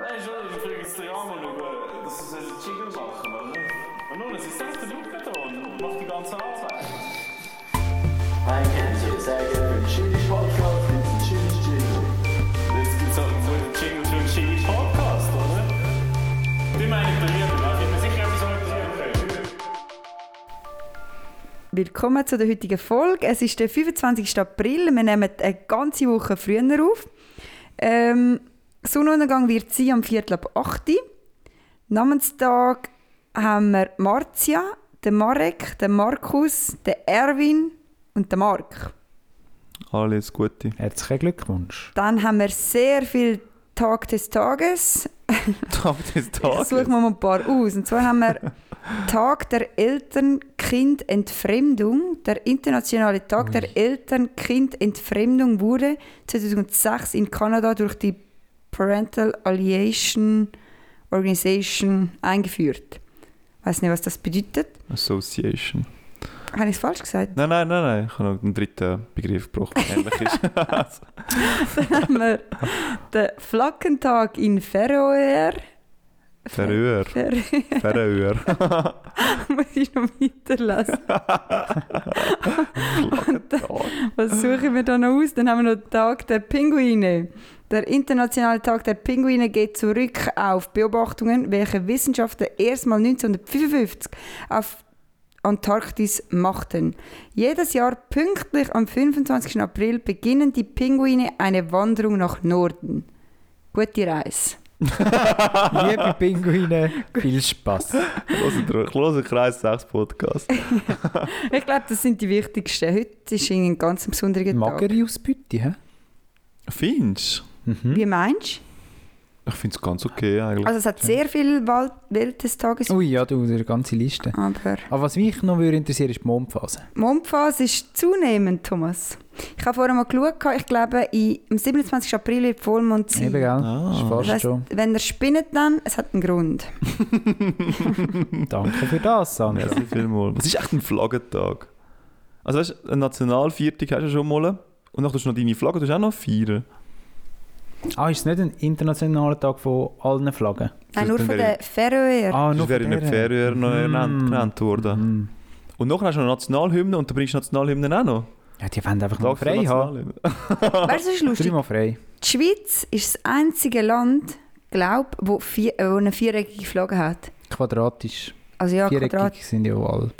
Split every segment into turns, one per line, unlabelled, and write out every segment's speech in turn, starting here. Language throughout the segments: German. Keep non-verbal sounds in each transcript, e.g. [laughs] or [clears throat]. Nein, schon, ich bringe es dir an und schaue, dass es einen Jingle machen, oder? Und nun, es ist selbst der Luke da und macht die ganze Arbeit.
Ein Kenntnis, sehr gerne. Schönes Podcast mit einem schönen Jingle.
Jetzt gibt es halt so einen Jingle für einen Jingle Podcast, oder? Die meine ich bei mir, da bin mir sicher, dass ich etwas anfange.
Willkommen zu der heutigen Folge. Es ist der 25. April. Wir nehmen eine ganze Woche früher auf. Ähm, Sonnenuntergang wird sie am Viertel ab 8 Uhr. Namenstag haben wir Marzia, den Marek, den Markus, den Erwin und den Mark.
Alles [laughs] Gute.
Herzlichen Glückwunsch.
Dann haben wir sehr viel Tag des Tages.
Tag des
Ich suche
Tages.
mal ein paar aus. Und zwar haben wir Tag der Eltern-Kind-Entfremdung. Der internationale Tag der Eltern-Kind-Entfremdung wurde 2006 in Kanada durch die Parental Alliation Organization eingeführt. Ich weiß nicht, was das bedeutet.
Association.
Habe ich es falsch gesagt?
[laughs] Nein, nein, nein, nein. Ich habe noch einen dritten Begriff gebraucht, der ähnlich ist.
Dann haben wir den Flackentag in Färöer.
Verröhr.
Färöer. [laughs]
Verröhr.
Muss ich noch weiterlesen. Und dann, was suchen wir da noch aus? Dann haben wir noch den Tag der Pinguine. Der internationale Tag der Pinguine geht zurück auf Beobachtungen, welche Wissenschaftler erstmal 1955 auf Antarktis machten. Jedes Jahr pünktlich am 25. April beginnen die Pinguine eine Wanderung nach Norden. Gute Reise. [laughs]
Liebe Pinguine, viel Spaß.
Klose Kreis 6 Podcast.
Ich glaube, das sind die wichtigsten. Heute ist ein ganz besonderer Tag.
Magere Ausbeute, hä? Mhm.
Findest du?
Wie meinst
Ich finde es ganz okay
du?
eigentlich.
Also es hat sehr viel Wald Welt des Tages,
Ui, ja, du, eine ganze Liste.
aber
Aber was mich noch würde interessieren, ist die Mondphase.
Mondphase ist zunehmend, Thomas. Ich habe vorher mal geschaut, ich glaube i- am 27. April wird Vollmond sein.
Eben, gell?
Ah.
Ist
Das
fast
heisst,
schon.
wenn er spinnet dann, es hat einen Grund.
Danke für das, Sandra.
Merci vielmals. Was ist echt ein Flaggentag? Also weißt du, eine Nationalviertag hast du schon mal. Und dann tust du noch deine Flagge, du hast auch noch feiern.
Ah, ist es nicht ein internationaler Tag von allen Flaggen?
Nein, nur
dann
von
wäre
den Färöer.
Ah,
Das
nur
wäre in
von
der
dieser.
Ferien noch
Mhm.
genannt- genannt worden.
Mhm.
Und nachher hast du noch Nationalhymne und dann bringst du Nationalhymne auch noch.
Ja, die wollen einfach nur
Tag für
frei
Nationalhymne.
haben.
Weißt du, das ist lustig.
Dreimal frei.
Die Schweiz ist das einzige Land, glaub, wo, vier, äh, wo eine viereckige Flagge hat.
Quadratisch.
Also ja,
Viereckig
Quadrat.
sind ja alle.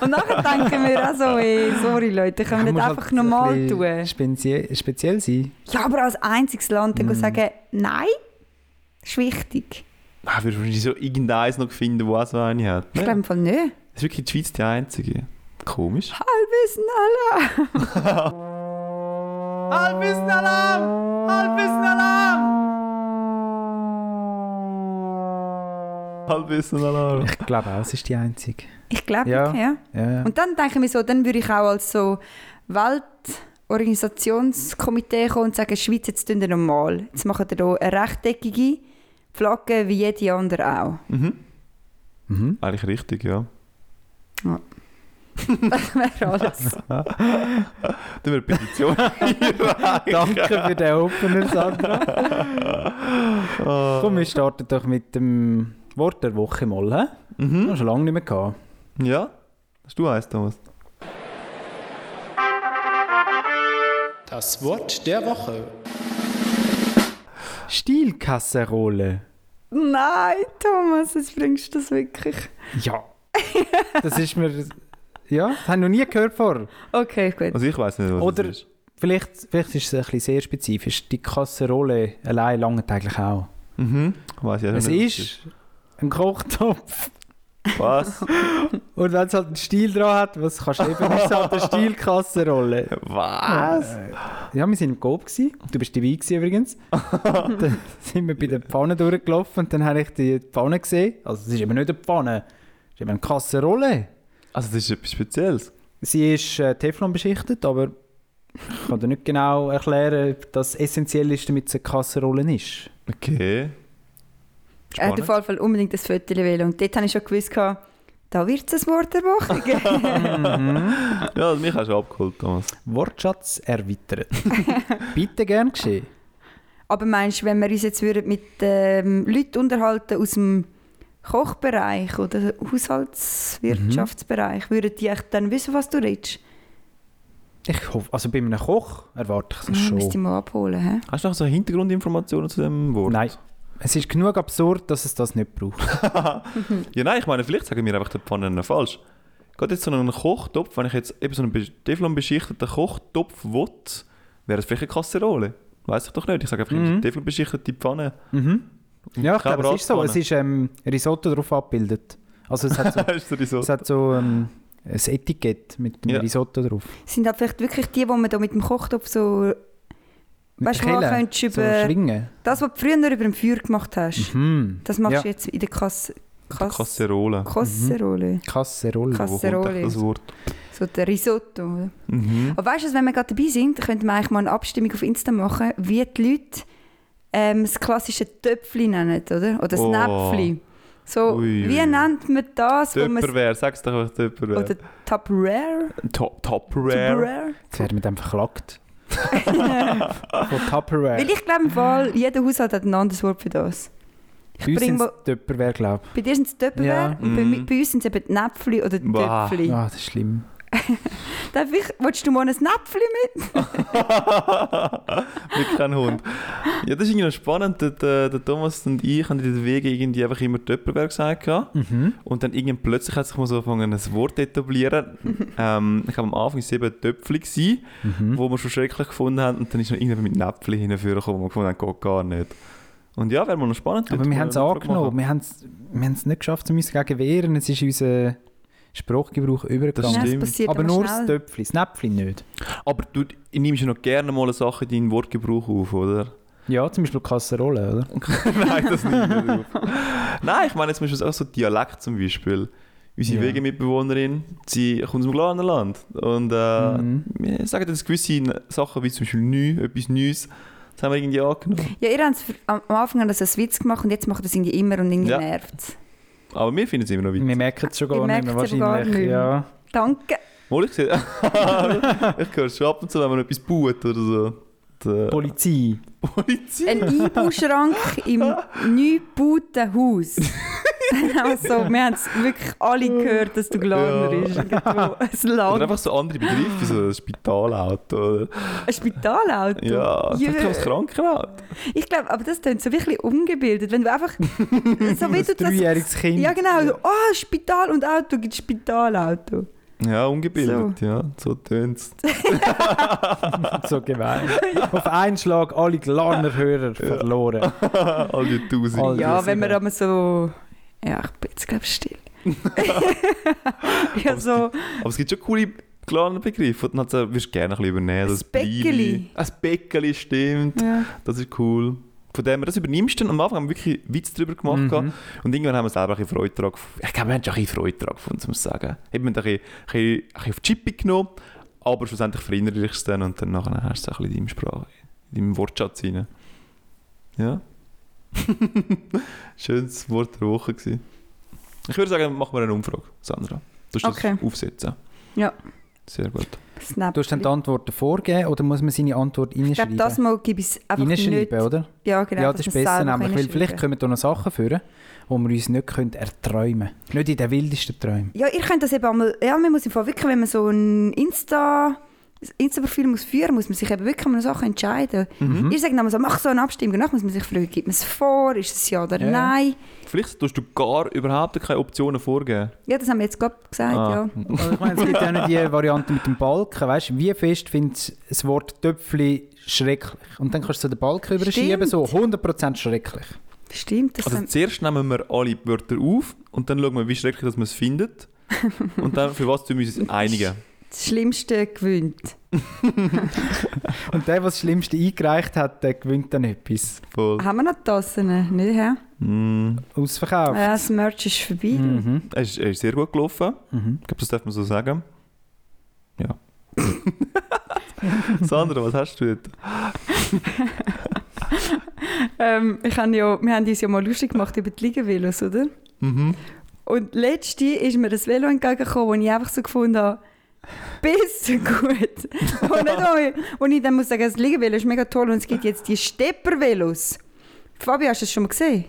Und nachher denken wir auch so, ey, sorry Leute, können wir
Muss
das
halt
einfach
ein
normal
bisschen
tun?
Speziell, speziell sein.
Ja, aber als einziges Land dann
Mm.
sagen, nein, ist wichtig.
Ah, wirst du wahrscheinlich so irgendeins noch finden, wo auch so eine hat.
Ich glaube im Fall nicht.
Das ist wirklich die Schweiz die einzige. Komisch.
Halbwissen alle.
Halbwissen-Alarm! Halbwissen-Alarm! Halbwissen-Alarm.
Ich glaube auch, es ist die einzige.
Ich glaube
Ja.
nicht, ja.
Ja, ja.
Und dann denke ich mir so, dann würde ich auch als so Weltorganisationskomitee kommen und sagen, Schweiz, jetzt tun wir normal. Jetzt machen wir hier eine rechteckige Flagge wie jede andere auch.
Mhm.
Mhm.
Eigentlich richtig, ja.
[laughs]
Das wäre alles.
Dann wird Petition
[laughs] Danke für den Opener, Sandra.
[laughs]
Komm,
Komm,
wir starten doch mit dem Wort der Woche mal. He? Haben wir
mhm.
schon lange nicht mehr gehabt.
Ja? Hast du eins, Thomas?
Das Wort der Woche.
Stielkasserole.
Nein, Thomas, jetzt bringst du das wirklich.
[laughs]
Ja. Das ist mir... Ja, das habe ich noch nie gehört vorher.
Okay, gut.
Also ich weiß nicht, was
Oder-
das ist.
Vielleicht, vielleicht ist es ein bisschen sehr spezifisch. Die Kasserole allein langt eigentlich auch.
Mhm. Ich weiss ja
es
nicht,
ist ein Kochtopf.
[laughs] Was?
Und wenn es halt einen Stiel dran hat, was kannst du eben, ist
[laughs]
es halt eine Stielkasserole.
Was?
Äh, Ja, wir waren im Coop. gsi. Du bist dabei gewesen, übrigens. dann sind wir bei den Pfannen durchgelaufen und dann habe ich die Pfanne gesehen. Also es ist eben nicht eine Pfanne, es ist eben eine Kasserole.
Also das ist etwas Spezielles.
Sie ist äh, Teflon beschichtet, aber ich kann dir nicht genau erklären, ob das essentiell ist, damit es eine Kasserole ist.
Okay.
Er hat auf jeden Fall unbedingt das Foto wählen. Und dort habe ich schon gewusst, gehabt, da wird es ein Wort der Woche geben.
Ja, also mich hast du abgeholt, Thomas.
Wortschatz erweitert. Bitte gern geschehen.
Aber meinst du, wenn wir uns jetzt würden mit ähm, Leuten unterhalten aus dem Kochbereich oder Haushaltswirtschaftsbereich, würden die echt dann wissen, was du redest?
Ich hoffe, also bei einem Koch erwarte ich es
Ja, Müsste ich Mhm,
schon.
mal abholen. He?
Hast du noch so Hintergrundinformationen zu dem Wort?
Nein. Es ist genug absurd, dass es das nicht braucht.
[laughs] Ja, nein, ich meine, vielleicht sagen wir einfach den Pfannen falsch. Gerade jetzt so einen Kochtopf, wenn ich jetzt eben so einen be- Teflon beschichteten Kochtopf will, wäre es vielleicht eine Kasserole. Weiß ich doch nicht. Ich sage einfach
Mhm.
mhm. Teflon beschichtete Pfanne. [laughs]
Mhm. Ja, ich
Keine
glaube, es ist so.
Bratpfanne.
Es ist ähm, Risotto darauf abgebildet. Also
[laughs]
es hat so,
Ist so die so.
es hat so ähm, ein Etikett mit dem
Ja.
Risotto drauf.
Sind halt vielleicht wirklich die, die man da mit dem Kochtopf so.
Mit
Weißt du,
der
man
Kelle,
könnte
so
über-
schwingen.
Das, was du früher über dem Feuer gemacht hast,
Hm.
das machst
ja.
du jetzt in der Kasse. Kass
Kasserole.
Kasserole.
Mhm. Kasserole.
Kass-
Wo kommt
Kasserole.
echt das Wort?
So der Risotto. oder?
Mhm.
Aber weißt du, was, wenn wir gerade dabei sind, könnten wir eigentlich mal eine Abstimmung auf Insta machen, wie die Leute ähm, das klassische Töpfli nennen, oder? Oder das
Oh.
Näpfli. So,
Ui,
wie
ui.
nennt man das, wo man
Töpperware, sag's doch einfach Töpperware.
Oder Tupperware?
Top, Topperware.
Tupperware?
Jetzt werden wir dann
[laughs]
verklagt. Von Tupperware.
Äh.
Weil ich glaube im Fall, jeder Haushalt hat ein anderes Wort für das.
Bei uns
bring
sind
mal-
es Tupperware, glaube
Bei dir sind es Töpperware
Ja.
und bei, mi-
Mhm.
bei uns sind es eben die Näpfli oder die
Bah.
ich.
Töpfli.
Ah, das ist schlimm.
Darf ich, willst du mal ein Näpfli mit?
[laughs] Mit keinem Hund. Ja, das ist irgendwie noch spannend. Der, der, der Thomas und ich haben in den Wegen irgendwie einfach immer Töpperware gesagt. gehabt.
Mhm.
Und dann irgendwann plötzlich hat sich mal so angefangen, ein Wort zu etablieren.
[laughs]
ähm, ich glaube, am Anfang war es eben Töpfli, gewesen,
Mhm.
wo wir schon schrecklich gefunden haben. Und dann ist noch irgendjemand mit Näpfli hinführen gekommen, wo wir gefunden haben, geht gar nicht. Und ja, wäre mal noch spannend.
Aber
dort
wir
mal
haben es
eine Umfrage
angenommen.
machen.
Wir haben es wir haben's nicht geschafft, um uns gegen wehren. Es ist unser Sprachgebrauch
Das
übergegangen.
stimmt.
Nein, es passiert
Aber nur das
schnell.
Töpfchen, das Näpfchen nicht.
Aber du nimmst ja noch gerne mal eine Sache in deinen Wortgebrauch auf, oder?
Ja, zum Beispiel Kasserole, oder?
[laughs] Nein, das nehme ich nicht auf. Nein, ich meine jetzt zum Beispiel auch so Dialekt zum Beispiel. Unsere
Ja.
Wegemitbewohnerin, sie kommt aus einem kleinen Land. Und äh,
Mhm.
wir sagen jetzt gewisse Sachen, wie zum Beispiel «nü», etwas «nüs», das haben wir irgendwie angenommen.
Ja, ihr habt am am Anfang haben das als Witz gemacht und jetzt macht das irgendwie immer und irgendwie
Ja.
nervt es.
Aber wir finden es immer noch witzig.
Wir merken es schon
Ihr
gar nicht
merkt
mehr
es eben gar
wahrscheinlich.
nicht mehr.
Ja.
Danke.
Mal, ich sehe, [laughs] ich höre schon ab und zu, wenn man etwas baut oder so. Die
Polizei.
Polizei.
[laughs]
Ein Einbauschrank im neu gebauten
[laughs]
Haus. also, wir haben es wirklich alle gehört, dass du Glarner
Ja.
bist. Irgendwo. Es
Oder
lag
einfach so andere Begriffe, wie so ein Spitalauto. Oder,
ein Spitalauto.
ja,
Ja.
vielleicht auch das Krankenhaut.
Ich glaube, aber das klingt so ein bisschen ungebildet, wenn du
[laughs]
einfach... so wie
Ein
du das...
dreijähriges Kind.
Ja genau, so, oh, Spital und Auto gibt Spitalauto.
Ja, ungebildet, ja. So tönt [laughs] es.
So
[laughs]
gemein. Auf einen Schlag alle
[laughs]
Glarner-Hörer verloren.
Alle
All
tausend.
die
Ja,
sind
wenn man
da.
aber so... Ja, ich bin jetzt glaube ich
[laughs]
still. ja,
Aber es
so...
Aber es gibt schon coole, klare Begriffe. Und dann hat's auch- würdest du gerne ein bisschen übernehmen. so
Ein
ein Bleibli.
Bäckeli.
Ein Bäckeli, stimmt.
Ja.
Das ist cool. Von dem her, das übernimmst du dann. Am Anfang haben wir wirklich Witz darüber gemacht.
Mhm.
gehabt. Und irgendwann haben wir selber ein bisschen Freude daran gefunden. Ich glaube, wir haben schon ein bisschen Freude daran gefunden, muss ich sagen. Haben wir ein bisschen, ein bisschen, ein bisschen auf die Chippe genommen. Aber schlussendlich verinnerlichst du es dann und dann nachher hast du es ein bisschen in deinem Sprache, in deinem Wortschatz rein. Ja. [laughs] Schönes Wort der Woche gewesen. Ich würde sagen, machen wir eine Umfrage, Sandra. Du musst
Okay.
das aufsetzen.
Ja.
Sehr gut.
Snap.
Du hast dann die Antworten vorgeben oder muss man seine Antwort
ich glaube,
reinschreiben?
das mal gebe ich es einfach nicht.
reinschreiben, oder?
Ja, genau.
ja,
dass
das ist
man es
besser
selber
nämlich, weil
reinschreiben
vielleicht
kann.
können wir da noch Sachen führen, die wir uns nicht können erträumen können. Nicht in den wildesten Träumen.
Ja, ihr könnt das eben einmal... Ja, man muss im Fall wirklich, wenn man so ein Insta... Insta-Profil muss führen, muss man sich eben wirklich mal Sachen entscheiden.
Mhm.
Hm.
Ihr sagt dann mal so, mach so eine Abstimmung. Und Danach muss man sich fragen, gibt man es vor, ist es ja oder
Ja, ja.
nein?
Vielleicht tust du gar überhaupt keine Optionen vorgeben.
Ja, das haben wir jetzt gerade gesagt,
Ah.
ja.
Also ich meine, es gibt ja auch noch die Variante mit dem Balken. Weißt du, wie fest findest du das Wort Töpfli schrecklich? Und dann kannst du so den Balken überschieben,
Stimmt.
so 100% schrecklich.
Stimmt, das
Also
haben-
zuerst nehmen wir alle Wörter auf und dann schauen wir, wie schrecklich dass man es findet. und dann, für was tun wir uns einigen.
das Schlimmste gewöhnt.
Und der, der das Schlimmste eingereicht hat, der gewinnt dann etwas.
Voll.
Haben wir noch Tassen? Nicht, hä?
Mm.
Ausverkauft.
Ja, das Merch ist vorbei.
Mhm.
Er, ist, er ist sehr gut gelaufen.
Mhm.
Ich glaube, das darf man so sagen. Ja. Sandra, was hast du heute?
Ähm, ich hab ja, wir haben uns ja mal lustig gemacht über die Liegevelos, oder?
Mhm.
Und letzte ist mir ein Velo entgegengekommen, das ich einfach so gefunden habe,
[laughs]
Bissen gut. Und, nicht, wo ich- und ich dann muss sagen, das Liegenvelo ist mega toll und es gibt jetzt die Steppervelos. Fabi, hast du das schon mal gesehen?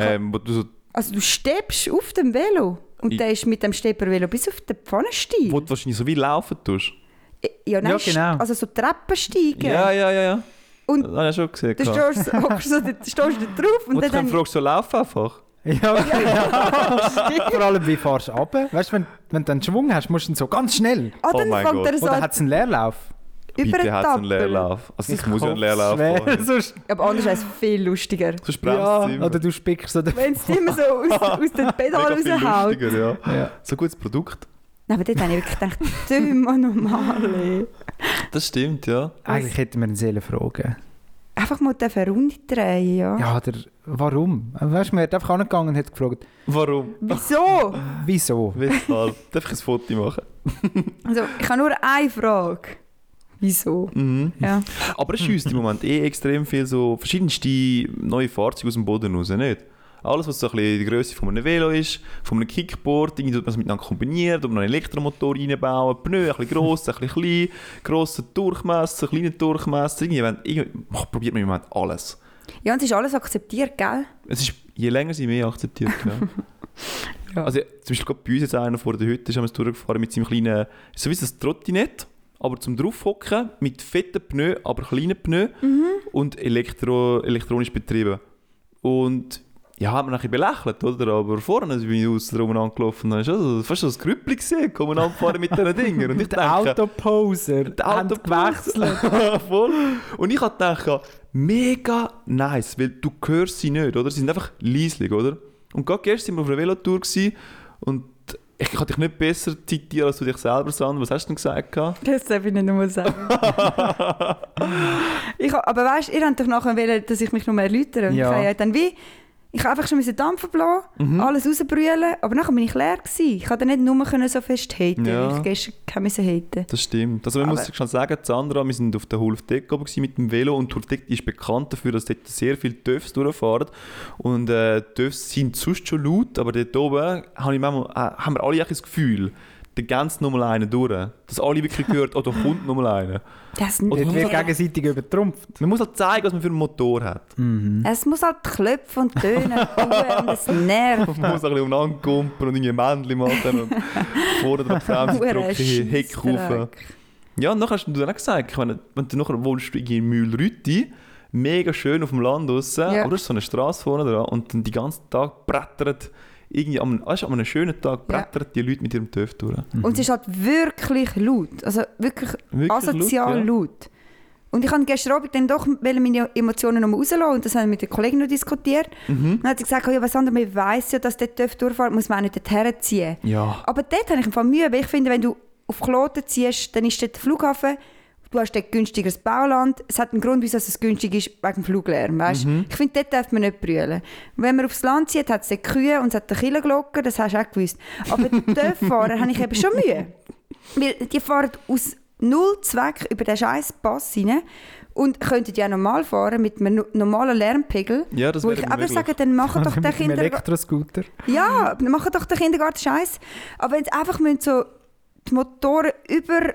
Ähm, wo du so,
Also du steppst auf dem Velo und
Ich-
der ist mit dem Steppervelo bis auf den Pfannenstein.
wo du wahrscheinlich so wie laufen tust.
Ja, nein,
Ja,
st-
genau.
also so Treppen steigen.
Ja, ja, ja, ja.
Und-
das habe ich schon gesehen.
Du
gehabt.
stehst, hockst so, da- stehst da drauf und,
Und
dann...
dann fragst du so, lauf einfach.
Ja, ja. Vor allem, wie fährst du ab? Weißt du, wenn, wenn du einen Schwung hast, musst du dann so ganz schnell.
Ah,
Oh
dann
mein
fängt
Gott.
er so
Oder
an
hat es einen Leerlauf?
über
Bitte hat
den
es einen
Tappen.
Leerlauf. Also es muss ja ein
hoffe,
Leerlauf
es [laughs] wär-
haben.
Sonst,
Aber anders wäre es viel lustiger.
Sonst bremst
ja,
es immer.
oder du spickst oder
Wenn es immer
[laughs]
so aus, aus den
Mega
Pedalen
viel
raushaut.
lustiger, ja.
ja.
So ein gutes Produkt.
Nein, aber dort habe ich wirklich gedacht, dümmer normal.
Das stimmt, ja.
Eigentlich hätten wir ihn Seele fragen.
Einfach mal dürfen eine Runde drehen, ja.
Ja, oder warum? Weißt du, man hat einfach angegangen und hat gefragt,
Warum?
Wieso?
wieso?
Weshalb? Darf ich ein Foto machen?
Also, ich habe nur eine Frage. Wieso?
Mhm.
Ja.
Aber es schießt im Moment eh extrem viel so verschiedenste neue Fahrzeuge aus dem Boden raus, nicht? Alles, was so ein bisschen die Größe von einem Velo ist, von einem Kickboard, irgendwie tut man es miteinander kombiniert, ob man einen Elektromotor reinbauen, Pneu, ein bisschen gross, ein bisschen klein, grosser Durchmesser, kleiner Durchmesser, irgendwie, wenn- irgendwie man probiert man im Moment alles.
ja, und es ist alles akzeptiert, gell?
Es ist, je länger sie mehr akzeptiert, ja.
Ja.
Also zum Beispiel gerade bei uns jetzt einer vor der Hütte ist einmal durchgefahren mit seinem kleinen, so wie ein Trottinett, aber zum draufhocken mit fetten Pneu, aber kleinen Pneu und elektro, elektronisch betrieben. Und ja, haben wir nachher belächelt, oder? Aber vorne bin ich aus drum angelaufen und dann ist also fast so ein Grüppli gesehen, kommen anfahren mit diesen Dingern. Und ich
Der
denke,
Autoposer.
der Auto Voll. Und ich habe gedacht, mega nice, weil du hörst sie nicht, oder? Sie sind einfach leislich, oder? Und gerade gestern waren wir auf einer Velotour gewesen und ich kann dich nicht besser zitieren als du dich selber, Sandra. Was hast du denn gesagt? gehabt?
Das darf ich nicht
[laughs]
nochmal sagen. ich, ha- aber weißt du, ihr habt doch nachher wollen, dass ich mich noch mehr erläutere. Und
Ja.
Ich habe ja dann wie... Ich habe einfach schon müssen Dampfen blasen,
Mhm.
alles rausbrüllen, aber nachher bin ich leer. Gewesen. Ich konnte dann nicht nur können so fest haten,
Ja.
weil ich gestern keine müssen haten.
Das stimmt. Also man muss schon sagen, Sandra, wir sind auf der Hulfdeck oben gewesen mit dem Velo und die Hulfdeck ist bekannt dafür, dass dort sehr viele TÜVs durchfahren. Und äh, TÜVs sind sonst schon laut, aber dort oben habe ich manchmal, äh, haben wir alle ein das Gefühl, der ganz nochmal einen durch. Dass alle wirklich gehört, oh, da kommt nochmal einer.
Das,
Oder-
Dort wird gegenseitig übertrumpft.
Man muss halt zeigen, was man für einen Motor hat.
es muss halt klopfen und [laughs] tönen tun und es nervt.
Man muss ein bisschen umeinander kumpeln und irgendwie Männchen machen und vorne drauf
Hure
Bremsen Heck rauf.
Scheissdreck.
Ja, und nachher hast du dann auch gesagt, ich meine, wenn du nachher wohnst du irgendwie in Mühlrütti, mega schön auf dem Land draussen,
Ja.
aber du hast so eine Straße vorne dran und dann den ganzen Tag brettert irgendwie am, weißt, du, an einem schönen Tag
Ja.
brettert die Leute mit ihrem TÜV durch.
Und es ist halt wirklich laut. Also wirklich,
Wirklich
asozial laut,
laut,
Und ich habe gestern Abend dann doch wollte meine Emotionen nochmal rauslassen und das haben wir mit den Kollegen noch diskutiert. Und
Mhm.
dann hat sie gesagt, oh ja, was anderes, man weiss ja, dass der TÜV durchfährt, muss man auch nicht dorthin ziehen.
Ja.
Aber dort habe ich im Fall Mühe, weil ich finde, wenn du auf Kloten ziehst, dann ist dort der Flughafen, du hast dort günstigeres Bauland, es hat einen Grund, wieso es günstig ist, wegen dem Fluglärm, weißt? Ich finde, dort darf man nicht brüllen. Und wenn man aufs Land zieht, hat es dort Kühe und es hat eine Killenglocken, das hast du auch gewusst. Aber die Dörffahrer habe ich eben schon Mühe. Weil die fahren aus null Zweck über den scheiß Pass rein und könnten ja normal fahren mit einem no- normalen Lärmpegel.
Ja, das
wo
wäre
ich aber
möglich.
sage, dann machen doch den
[laughs] Mit dem
Kinder...
Elektroscooter.
Ja, dann machen doch den Kindergarten Scheiß. Aber wenn sie einfach müssen so die Motoren über.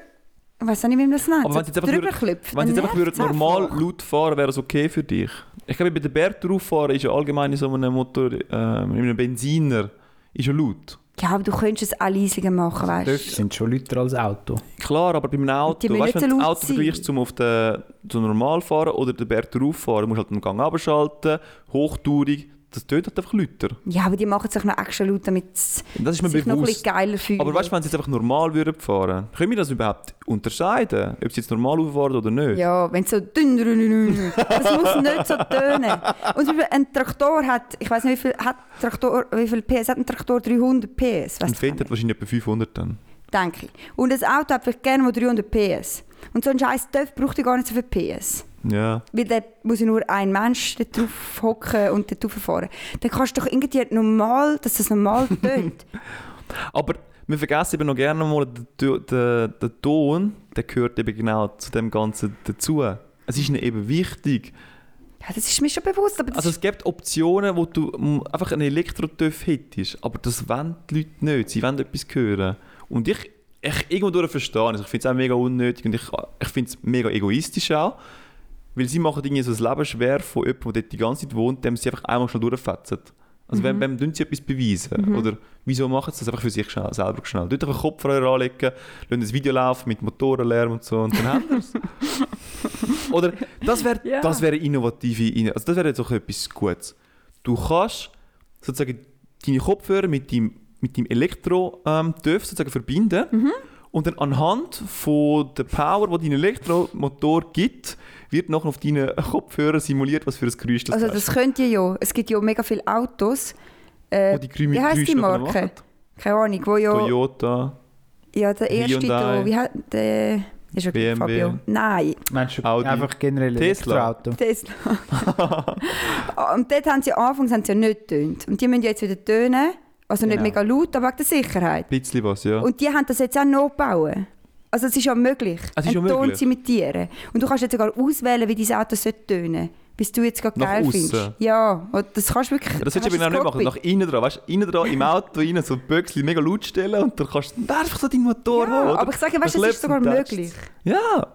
Ich weiß nicht, wie man das nennt.
Aber
so
wenn sie jetzt einfach
drüber
würden-
klopft.
Wenn sie jetzt
dann
einfach
nervt's
würden normal laut fahren, wäre das okay für dich. Ich glaube, bei den Berg drauffahren ist ja allgemein in so einem Motor, äh, in einem Benziner, ist ja laut.
Ja, aber du könntest es auch leisiger machen, weißt
Dort
du?
sind schon Leute als Auto.
Klar, aber bei einem Auto,
müssen
weißt,
nicht
du, wenn du
so
das
laut
Auto
sein.
vergleichst zum auf den, zum normal fahren oder den Berg drauf fahren, musst du halt den Gang abschalten, hochtourig, das tönt halt einfach lauter.
Ja, aber die machen sich noch extra laut, damit sie
Das ist mir
sich noch ein
bewusst.
bisschen geiler fühlen.
Aber weißt du, wenn sie jetzt einfach normal würden fahren, können wir das überhaupt unterscheiden, ob sie jetzt normal auffahren oder nicht?
Ja, wenn es so dünn, dünn, dünn, dünn. Das muss nicht so tönen. Und zum Beispiel ein Traktor hat, ich weiß nicht, wie viel, hat Traktor, wie viel PS hat ein Traktor? 300 PS.
Ein
weiss ich
Fett hat wahrscheinlich etwa 500 dann.
denke ich. Und ein Auto hat vielleicht gerne mal 300 PS. Und so ein scheiß TÜV braucht ja gar nicht so viel PS.
Ja.
Weil da muss ja nur ein Mensch dort drauf hocken und dort rauffahren. Dann kannst du doch irgendwie normal, dass das normal
[laughs]
tönt.
Aber wir vergessen eben noch gerne mal den, Tu- den, den Ton, der gehört eben genau zu dem Ganzen dazu. Es ist ihnen eben wichtig.
ja, das ist mir schon bewusst, aber das
Also es gibt Optionen, wo du mm, einfach einen Elektro-TÜV hättest, aber das wollen die Leute nicht. Sie wollen etwas hören. Und ich ich irgendwo durch verstehe es. Ich finde es auch mega unnötig und ich, ich finde es mega egoistisch auch. Weil sie machen irgendwie so das Leben schwer von jemandem, der dort die ganze Zeit wohnt, dem sie einfach einmal schnell durchfetzen. Also
Mhm.
wem, wem tun sie etwas beweisen? Oder wieso machen sie das einfach für sich schnell, selber schnell? Dort einfach Kopfhörer anlegen, lassen ein Video laufen mit Motorenlärm und so und dann haben
[laughs]
sie es. Oder das wäre
Ja.
das wäre innovative, Inno- also das wäre jetzt auch etwas Gutes. Du kannst sozusagen deine Kopfhörer mit deinem, mit deinem elektro ähm, Töff sozusagen verbinden
Mhm.
und dann anhand von der Power, die dein Elektromotor gibt, wird nachher auf deinen Kopfhörer simuliert, was für ein Geräusch das
also
ist.
das könnt ihr ja. Es gibt ja mega viele Autos. Äh,
Wo die grünen
wie heisst die
Geräusche nachher
Marke?
machen.
Keine Ahnung. Wo ja,
Toyota, [laughs]
ja der erste,
Hyundai.
da, wie hat der... Ist ja gleich,
BMW.
Fabio. Nein,
Meinst du
Audi.
einfach generell
Tesla.
Elektroauto?
Tesla. und dort haben sie anfangs haben sie ja nicht getönt. Und die müssen ja jetzt wieder tönen. Also nicht
Genau.
mega laut, aber wegen der Sicherheit.
ein bisschen was, ja.
Und die haben das jetzt auch nachgebaut. Also es ist ja möglich.
Es ist ja
Einen Ton
möglich.
zu imitieren. Und du kannst jetzt sogar auswählen, wie dein Auto sollte tönen Bis du jetzt gerade
Nach
geil
aussen.
findest. Ja, und das kannst du wirklich...
Aber das
hast
solltest du
ein
eben auch nicht machen.
Cockpit.
Nach innen dran, weißt du, innen dran im Auto rein, so ein Böckchen mega laut stellen und dann kannst du dann einfach so deinen Motor haben.
ja,
oder?
aber ich sage, weißt,
Dann
das ist sogar
klebst und tätschst.
möglich.
Ja.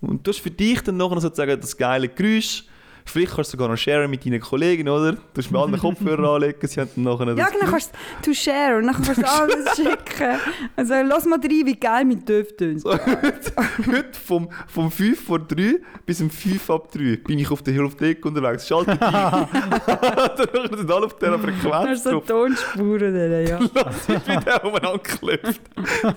Und du hast für dich dann nachher sozusagen das geile Geräusch. Vielleicht kannst du sogar noch sharen mit deinen Kollegen, oder? Du hast mir alle
[laughs]
Kopfhörer anlegen, sie haben dann nachher
Ja,
das
genau, kannst du share und dann
[laughs]
kannst du alles schicken. Also lass mal rein, wie geil mein Töff tönt.
So, heute, heute vom, vom 5 vor 3 bis um 5 ab 3 bin ich auf der Hill of Deck unterwegs. Schalte [laughs] dich. Dann sind alle auf dieser Frequenz
Hast du so
drauf.
Tonspuren drin, ja.
Das ist [laughs] wieder umeinander geklopft.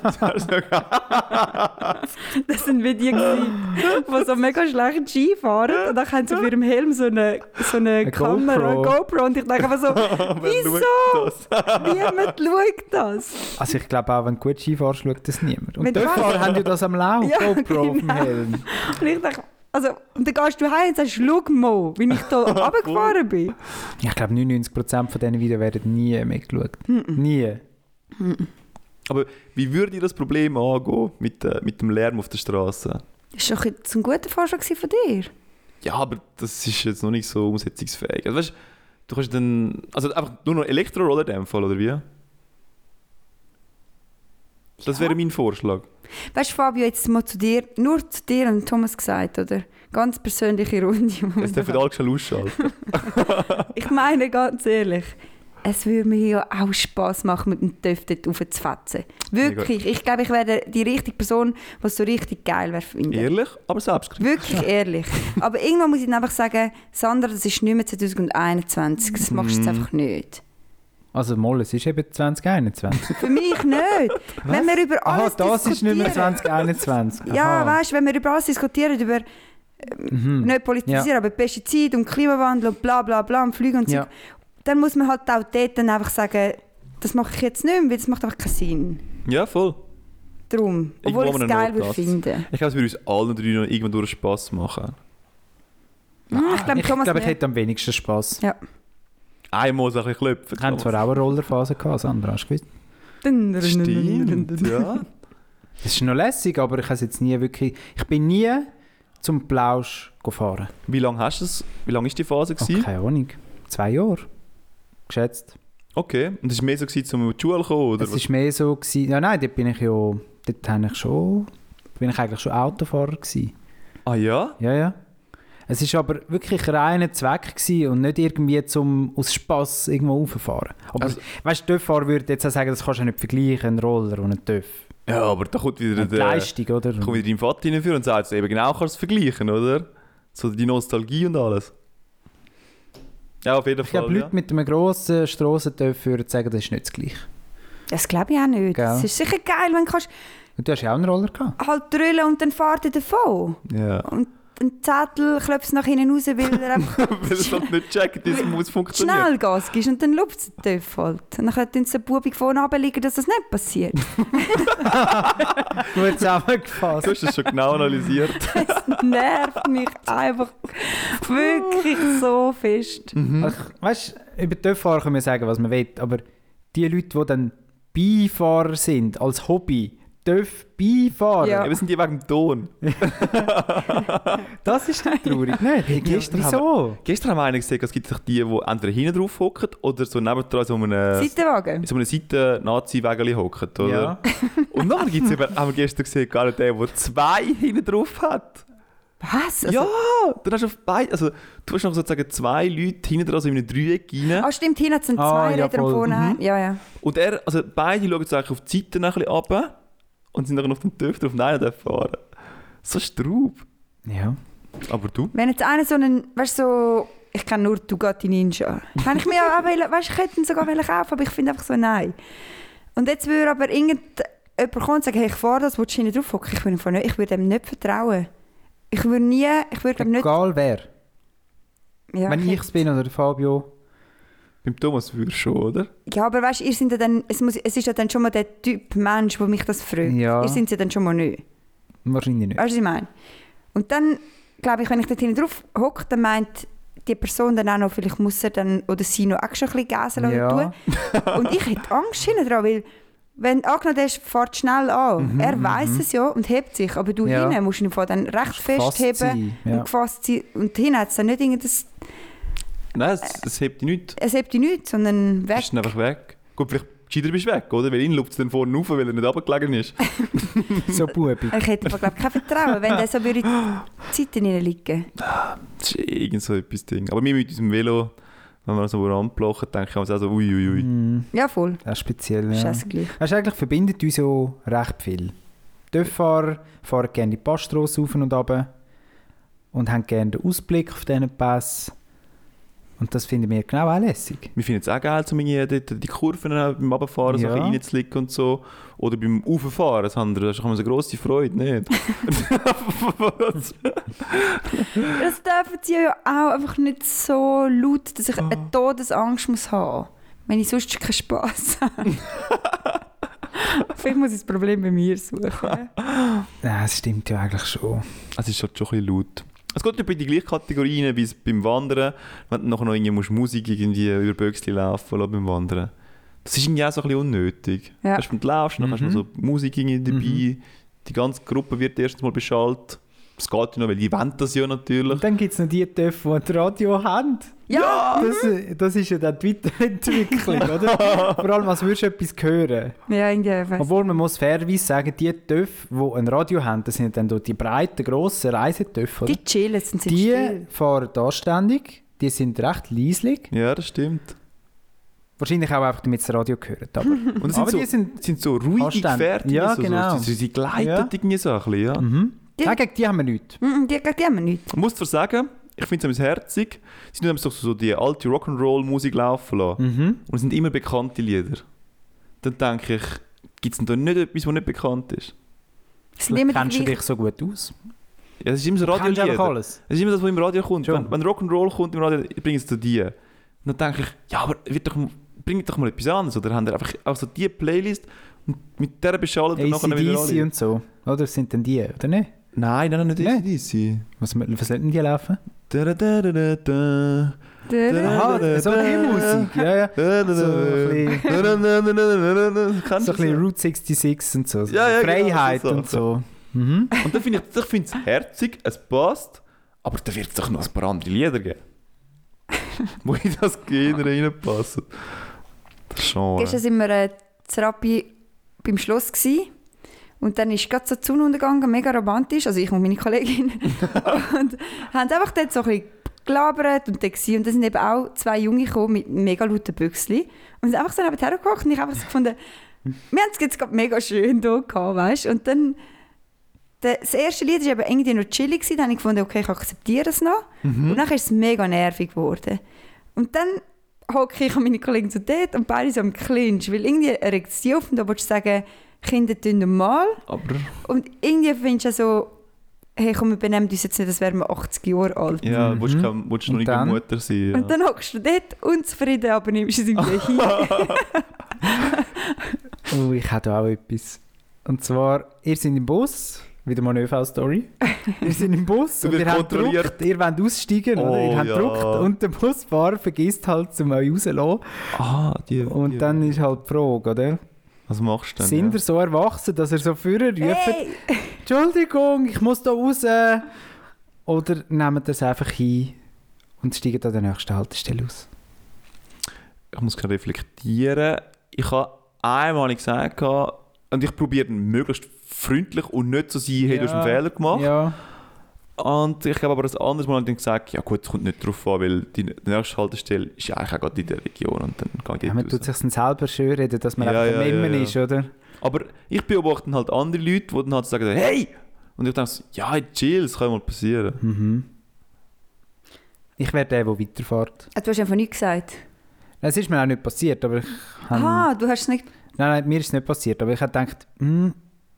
Das wäre so geil.
Das sind wie
[laughs]
die, gewesen, die so mega schlecht Ski fahren. Und dann haben sie auf ihrem Helm so eine, so eine,
Eine
Kamera,
GoPro.
GoPro. GoPro. Und ich denke einfach
[laughs]
so,
Wer schaut
wieso?
das?
[laughs] Niemand schaut das.
Also ich glaube auch, wenn du gut Ski fährst, schaut das niemand. Und
Wenn du
Dörfer
kannst.
haben ja das am Lauf,
Ja,
GoPro auf dem
genau.
Helm.
Und ich denke, also, und dann gehst du heim und sagst, schau mal, wie ich
[laughs]
da runtergefahren bin.
Ja, Ich glaube 99% von diesen Videos werden nie mitgeschaut. Nie.
Aber wie würde ihr das Problem angehen mit, äh, mit dem Lärm auf der Straße?
Das war doch jetzt ein guter Vorschlag gewesen von dir.
Ja, aber das ist jetzt noch nicht so umsetzungsfähig. Also, weißt, du kannst dann. Also einfach nur noch Elektroroller in dem Fall, oder wie? Das wäre mein Vorschlag.
Weißt du, Fabio, jetzt mal zu dir, nur zu dir und Thomas gesagt, oder? Ganz persönliche Runde. die wir
Jetzt
da
dürfen alle schnell ausschalten.
Ich meine ganz ehrlich, es würde mir ja auch Spass machen, mit dem Töff dort raufzufetzen. Wirklich, ich glaube, ich wäre die richtige Person, die es so richtig geil wäre
[laughs]
finden.
Ehrlich, aber selbstkritisch.
[laughs]
Wirklich ehrlich. Aber irgendwann muss ich dann einfach sagen, Sandra, das ist nicht mehr 2021, das machst
Mhm.
du jetzt einfach nicht.
Also mal, es ist eben 2021.
Für mich nicht. Wenn wir über
Aha,
alles
das ist nicht mehr
diskutieren-
2021.
Ja,
Aha.
weißt du, wenn wir über alles diskutieren, über
Mhm.
nicht politisieren, aber Pestizid und Klimawandel und bla bla bla und Flüge und so,
Ja.
dann muss man halt auch dort dann einfach sagen, das mache ich jetzt nicht mehr, weil das macht einfach keinen Sinn.
Ja, voll.
Drum.
Irgendwo
Obwohl
haben
ich
wir
es
einen
geil würde
Notplatz.
finden.
Ich glaube, es würde uns allen drei noch irgendwann durch Spass machen.
Hm, ich glaube,
Ah, ich
Thomas
glaube, ich
mehr.
hätte am wenigsten Spass.
Einmal so ein bisschen klopfen.
Wir haben zwar auch eine Rollerphase gehabt, Sandra, hast du gewusst?
Dun, dun, dun, dun, dun, dun.
Stimmt, ja.
Es ist noch lässig, aber ich habe es jetzt nie wirklich... Ich bin nie zum Plausch gefahren.
Wie lange hast du es? Wie lange war die Phase?
Oh,
gewesen?
keine Ahnung. Zwei Jahre. Geschätzt.
Okay. Und es war mehr so, gewesen, zum in die Schule zu kommen? Oder
Es war mehr so, gewesen, ja nein, dort bin ich ja, dort habe ich schon, bin ich eigentlich schon Autofahrer gewesen.
was? Ah ja?
Ja, ja. Es ist aber wirklich reiner Zweck gewesen und nicht irgendwie zum aus Spass irgendwo rauffahren. Aber
Also-
weißt du, Töfffahrer würde jetzt auch sagen, das kannst du ja nicht vergleichen, einen Roller und einen Töff.
Ja, aber da kommt wieder
Und die
der...
Leistung, oder?
Komm wieder dein Vater hinführen und sagst, eben genau kannst du es vergleichen, oder? So die Nostalgie und alles. Ja, auf jeden
Ich
Fall.
glaube, Leute
ja.
mit einem grossen Strassentöff würden sagen, das ist nicht das Gleiche.
Das glaube ich auch nicht.
Gell.
Es ist sicher geil, wenn du kannst
Und du hast ja auch einen Roller gehabt.
halt drüllen und dann fahrt er davon.
Ja. [laughs]
Und ein Zettel klopft nach hinten raus, weil er einfach
Weil es halt nicht checkt, das muss funktionieren.
schnell Gas gibst und dann lupt es den Töff halt. Und dann könnte uns der Bubik vorne runterliegen, dass das nicht passiert.
[laughs] Gut
Du
zusammengefasst.
hast das schon genau analysiert.
Das nervt mich einfach wirklich so fest.
Also, weißt du, über die Töfffahrer können wir sagen, was man will, aber die Leute, die dann Beifahrer sind, als Hobby, dürfen beifahren.
Ja.
Ja. Wir sind die wegen dem Ton.
Das ist doch [laughs] traurig, nicht?
Hey, gestern
Wieso?
Gestern haben wir einen gesehen, es gibt sich die, die entweder hinten drauf hocken oder so nebendran so um
Äh.
einen
Seitenwagen.
so um eine Seite nazi wägeli hocken,
Ja.
oder? Und dann gibt's eben, haben wir gestern gesehen, gar nicht den, der zwei hinten drauf hat.
Was? Also,
ja, dann hast du auf beide, also du hast noch sozusagen zwei Leute hinten dran, so in einem Dreieck rein.
Ah, stimmt, hinten sind
Ah,
zwei
ja,
Räder und
voll.
vorne ein. Ja, ja.
Und er, also beide schauen jetzt eigentlich auf die Seite ein bisschen runter und sind dann auf den Töpfen drauf, nein, der fahren. So Straub.
Ja.
Aber du?
Wenn jetzt einer so einen, weißt du, so, ich kenne nur Dugatti Ninja. Kann ich mir auch, wollen- weißt, du, ich hätte ihn sogar wollen kaufen, aber ich finde einfach so, nein. Und jetzt würde aber irgendjemand kommen und sagen, hey, ich fahre das, willst du hinten drauf hocken? Ich würde ihm nicht, ich würde ihm nicht vertrauen. Ich würde nie, ich würde ihm nicht...
Egal wer.
Ja,
Wenn ich es bin oder Fabio.
Beim Thomas würdest du schon, oder?
ja, aber weißt, ihr seid ja dann, es, muss, es ist ja dann schon mal der Typ Mensch, der mich das fragt.
Ja.
Ihr seid ja dann schon mal nicht.
Wahrscheinlich nicht.
Weißt du, was ich meine? Und dann, glaube ich, wenn ich dort hinten drauf hocke, dann meint die Person dann auch noch, vielleicht muss er dann oder sie noch extra ein bisschen Gäse lassen
Ja.
tun. Und ich hätte Angst hinten dran, weil wenn angenommen der ist, fährt schnell an. er weiß es ja und hebt sich, aber du
Mhm, Ja.
hinten musst ihn vor dann recht
Gefasst
festheben
sein,
und
[laughs] Ja.
gefasst sein. Und hinten hat es dann nicht irgendein,
Nein, es, es hebt dich nicht.
es hebt dich nicht, sondern weg.
Bist dann einfach weg. Gut, vielleicht gescheiter bist du weg, oder? Weil ihn lupt es dann vorne rauf, weil er nicht runtergelegen ist.
So bubig.
Ich hätte aber, glaube ich, kein Vertrauen, wenn der so würde in die Zeiten hineinliegen.
Das ist irgend so etwas Ding. Aber wir mit unserem Velo, wenn wir so anblochen, denke ich uns auch so, uiuiui.
Mhm.
Ja, voll.
Das ist speziell.
Ja.
Ja.
gleich.
Weißt du, eigentlich verbindet uns ja recht viel. Die Dörffahrer fahren gerne die Passstrasse rauf und runter und haben gerne den Ausblick auf diesen Pass. Und das finden wir genau auch lässig.
Wir finden es auch geil, um irgendwie dort die Kurven auch beim Runterfahren so
Ja.
ein bisschen reinzulegen und so. Oder beim Rauffahren, das haben wir, da haben wir so grosse Freude, nicht? Was?
Das dürfen sie ja auch einfach nicht so laut, dass ich
Ah.
eine Todesangst muss haben wenn ich sonst keinen
[laughs]
Spass habe. Vielleicht muss ich das Problem bei mir suchen.
Ja, das stimmt ja eigentlich schon.
es ist halt schon ein bisschen laut. Es geht etwa in die gleiche Kategorie rein wie es beim Wandern, wenn du nachher noch irgendwie musst Musik irgendwie über Böxli laufen lassen beim Wandern. Das ist irgendwie auch so ein bisschen unnötig.
Ja.
Weißt, du, wenn du laufst, dann hast du noch so Musik irgendwie dabei. Die ganze Gruppe wird erstens mal beschallt. Das geht ja noch, weil die wollen das ja natürlich.
Und dann gibt es noch die Dörfer, die ein Radio haben.
Ja!
Das, das ist ja dann die Weiterentwicklung, oder? Vor allem, als würdest du etwas hören.
Ja, irgendwie. weiss-
Obwohl man muss fairerweise sagen, die Dörfer, die ein Radio haben, das sind dann die breiten, grossen Reisedörfer.
Die chillen, sind sind
Die
still.
fahren anständig, die sind recht leislich.
Ja, das stimmt.
Wahrscheinlich auch einfach, damit sie das Radio hören.
[laughs]
Aber,
Und es sind,
aber
so,
die sind...
sind so ruhige
Anständig.
Gefährten.
Ja,
so,
genau.
So, so, sie gleiten
Ja.
irgendwie so ein bisschen, ja.
Mhm.
Die-
Nein, gegen die haben wir nichts.
Mm, Die, die, die haben wir nicht.
Ich muss zwar sagen, ich finde es herzig. Sie tun nämlich so, so die alte Rock'n'Roll-Musik laufen lassen.
Mhm.
Und es sind immer bekannte Lieder. Dann denke ich, gibt es denn da nicht etwas, was nicht bekannt ist?
Es sind immer
Vielleicht
die
kennst du
gleichen.
dich so gut aus.
Ja, es ist immer so
Du kennst einfach
Radiolieder.
alles.
Es ist immer das, was im Radio kommt.
Schon.
Wenn, wenn Rock'n'Roll kommt im Radio, bringen es zu dir. Dann denke ich, ja, aber wird doch, bringt doch mal etwas anderes. Oder haben wir einfach auch so die Playlist und mit der beschallen wir nachher wieder
ACDC
alle.
und so. Oder das sind denn die, oder nicht?
Nein, nein, nein, nicht
Nein.
ACDC.
Was, was sollten die laufen?
Da, da, da, da, da, da.
Aha, so die Musik. Ja, ja.
Da, da, da,
So ein bisschen-
da, da, da, da, da, da, da. Kennst
So
du
ein bisschen
das?
Route 66 und so.
Ja, ja, genau,
Freiheit
so
und so. Mhm.
Und dann finde ich, ich finde es herzig, es passt, aber da wird es doch noch ein paar andere Lieder
[laughs]
geben. Wo in das Genre reinpassen. Das
Gestern
Genre.
sind wir äh, zu Rappi beim Schloss gsi und dann ist gerade so die Sonne untergegangen, mega romantisch, also ich und meine Kollegin. und haben einfach dort so ein bisschen gelabert und dort gsi. und da sind eben auch zwei Junge gekommen mit mega lauten Büchsli und sind einfach so neben hergekocht und ich habe einfach so gefunden, wir haben es jetzt gerade mega schön hier gehabt, weißt du, und dann der- das erste Lied war eben irgendwie noch chillig, gewesen. dann habe ich gefunden, okay, ich akzeptiere es noch. Und dann ist es mega nervig geworden. Und dann hocke ich und meine Kollegen so dort und beide so am Clinch, weil irgendwie regt es dich auf und da willst du sagen, Kinder tun normal
Aber,
und irgendwie findest du so, hey komm, wir benehmen uns jetzt nicht, als wären wir 80 Jahre alt.
ja,
Mhm.
willst du kein- willst du noch
Und
nicht eine
dann?
Mutter sein? Ja.
Und dann hockst du dort unzufrieden, aber nimmst es irgendwie hin.
Oh, ich hätte auch etwas. Und zwar, ihr seid im Bus, wieder mal eine ÖV-Story. ihr seid
[laughs]
im Bus
Du
und ihr
wirst
habt
kontrolliert.
gedruckt, ihr wollt aussteigen, oder?
Oh,
Ihr habt
ja.
gedruckt und der Busfahrer vergisst halt, zum euch um rauszulassen.
[laughs] ah, die,
Und
die,
dann ist halt die Frage, oder?
Was machst du denn?
Sind
ja?
er so erwachsen, dass er so früher ruft,
Hey!
Entschuldigung, ich muss da raus? Oder nehmen das einfach hin und steigen an der nächsten Haltestelle aus?
Ich muss gerade reflektieren. Ich habe einmal gesagt, gehabt, und ich probiere möglichst freundlich und nicht so sein, hey, du hast einen
Ja.
Fehler gemacht.
Ja.
Und ich glaube aber, das anderes Mal habe ich dann gesagt, ja gut, es kommt nicht drauf an, weil die nächste Haltestelle ist ja eigentlich auch gerade in der Region und dann gehe
ja
ich
man
dort
tut
raus.
sich dann selber schön reden, dass man
Ja,
einfach
ja,
ein Memmen
ja, ja.
ist, oder?
Aber ich beobachte dann halt andere Leute, die dann halt sagen, hey! Und ich denke, so, ja, hey, chill, das kann ja mal passieren.
Mhm. Ich wäre der, der weiterfährt.
Ah, Du hast einfach nichts gesagt.
Es ist mir auch nicht passiert, aber ich habe...
Aha, Ah, du hast es nicht.
Nein, nein, mir ist es nicht passiert, aber ich habe gedacht, hm,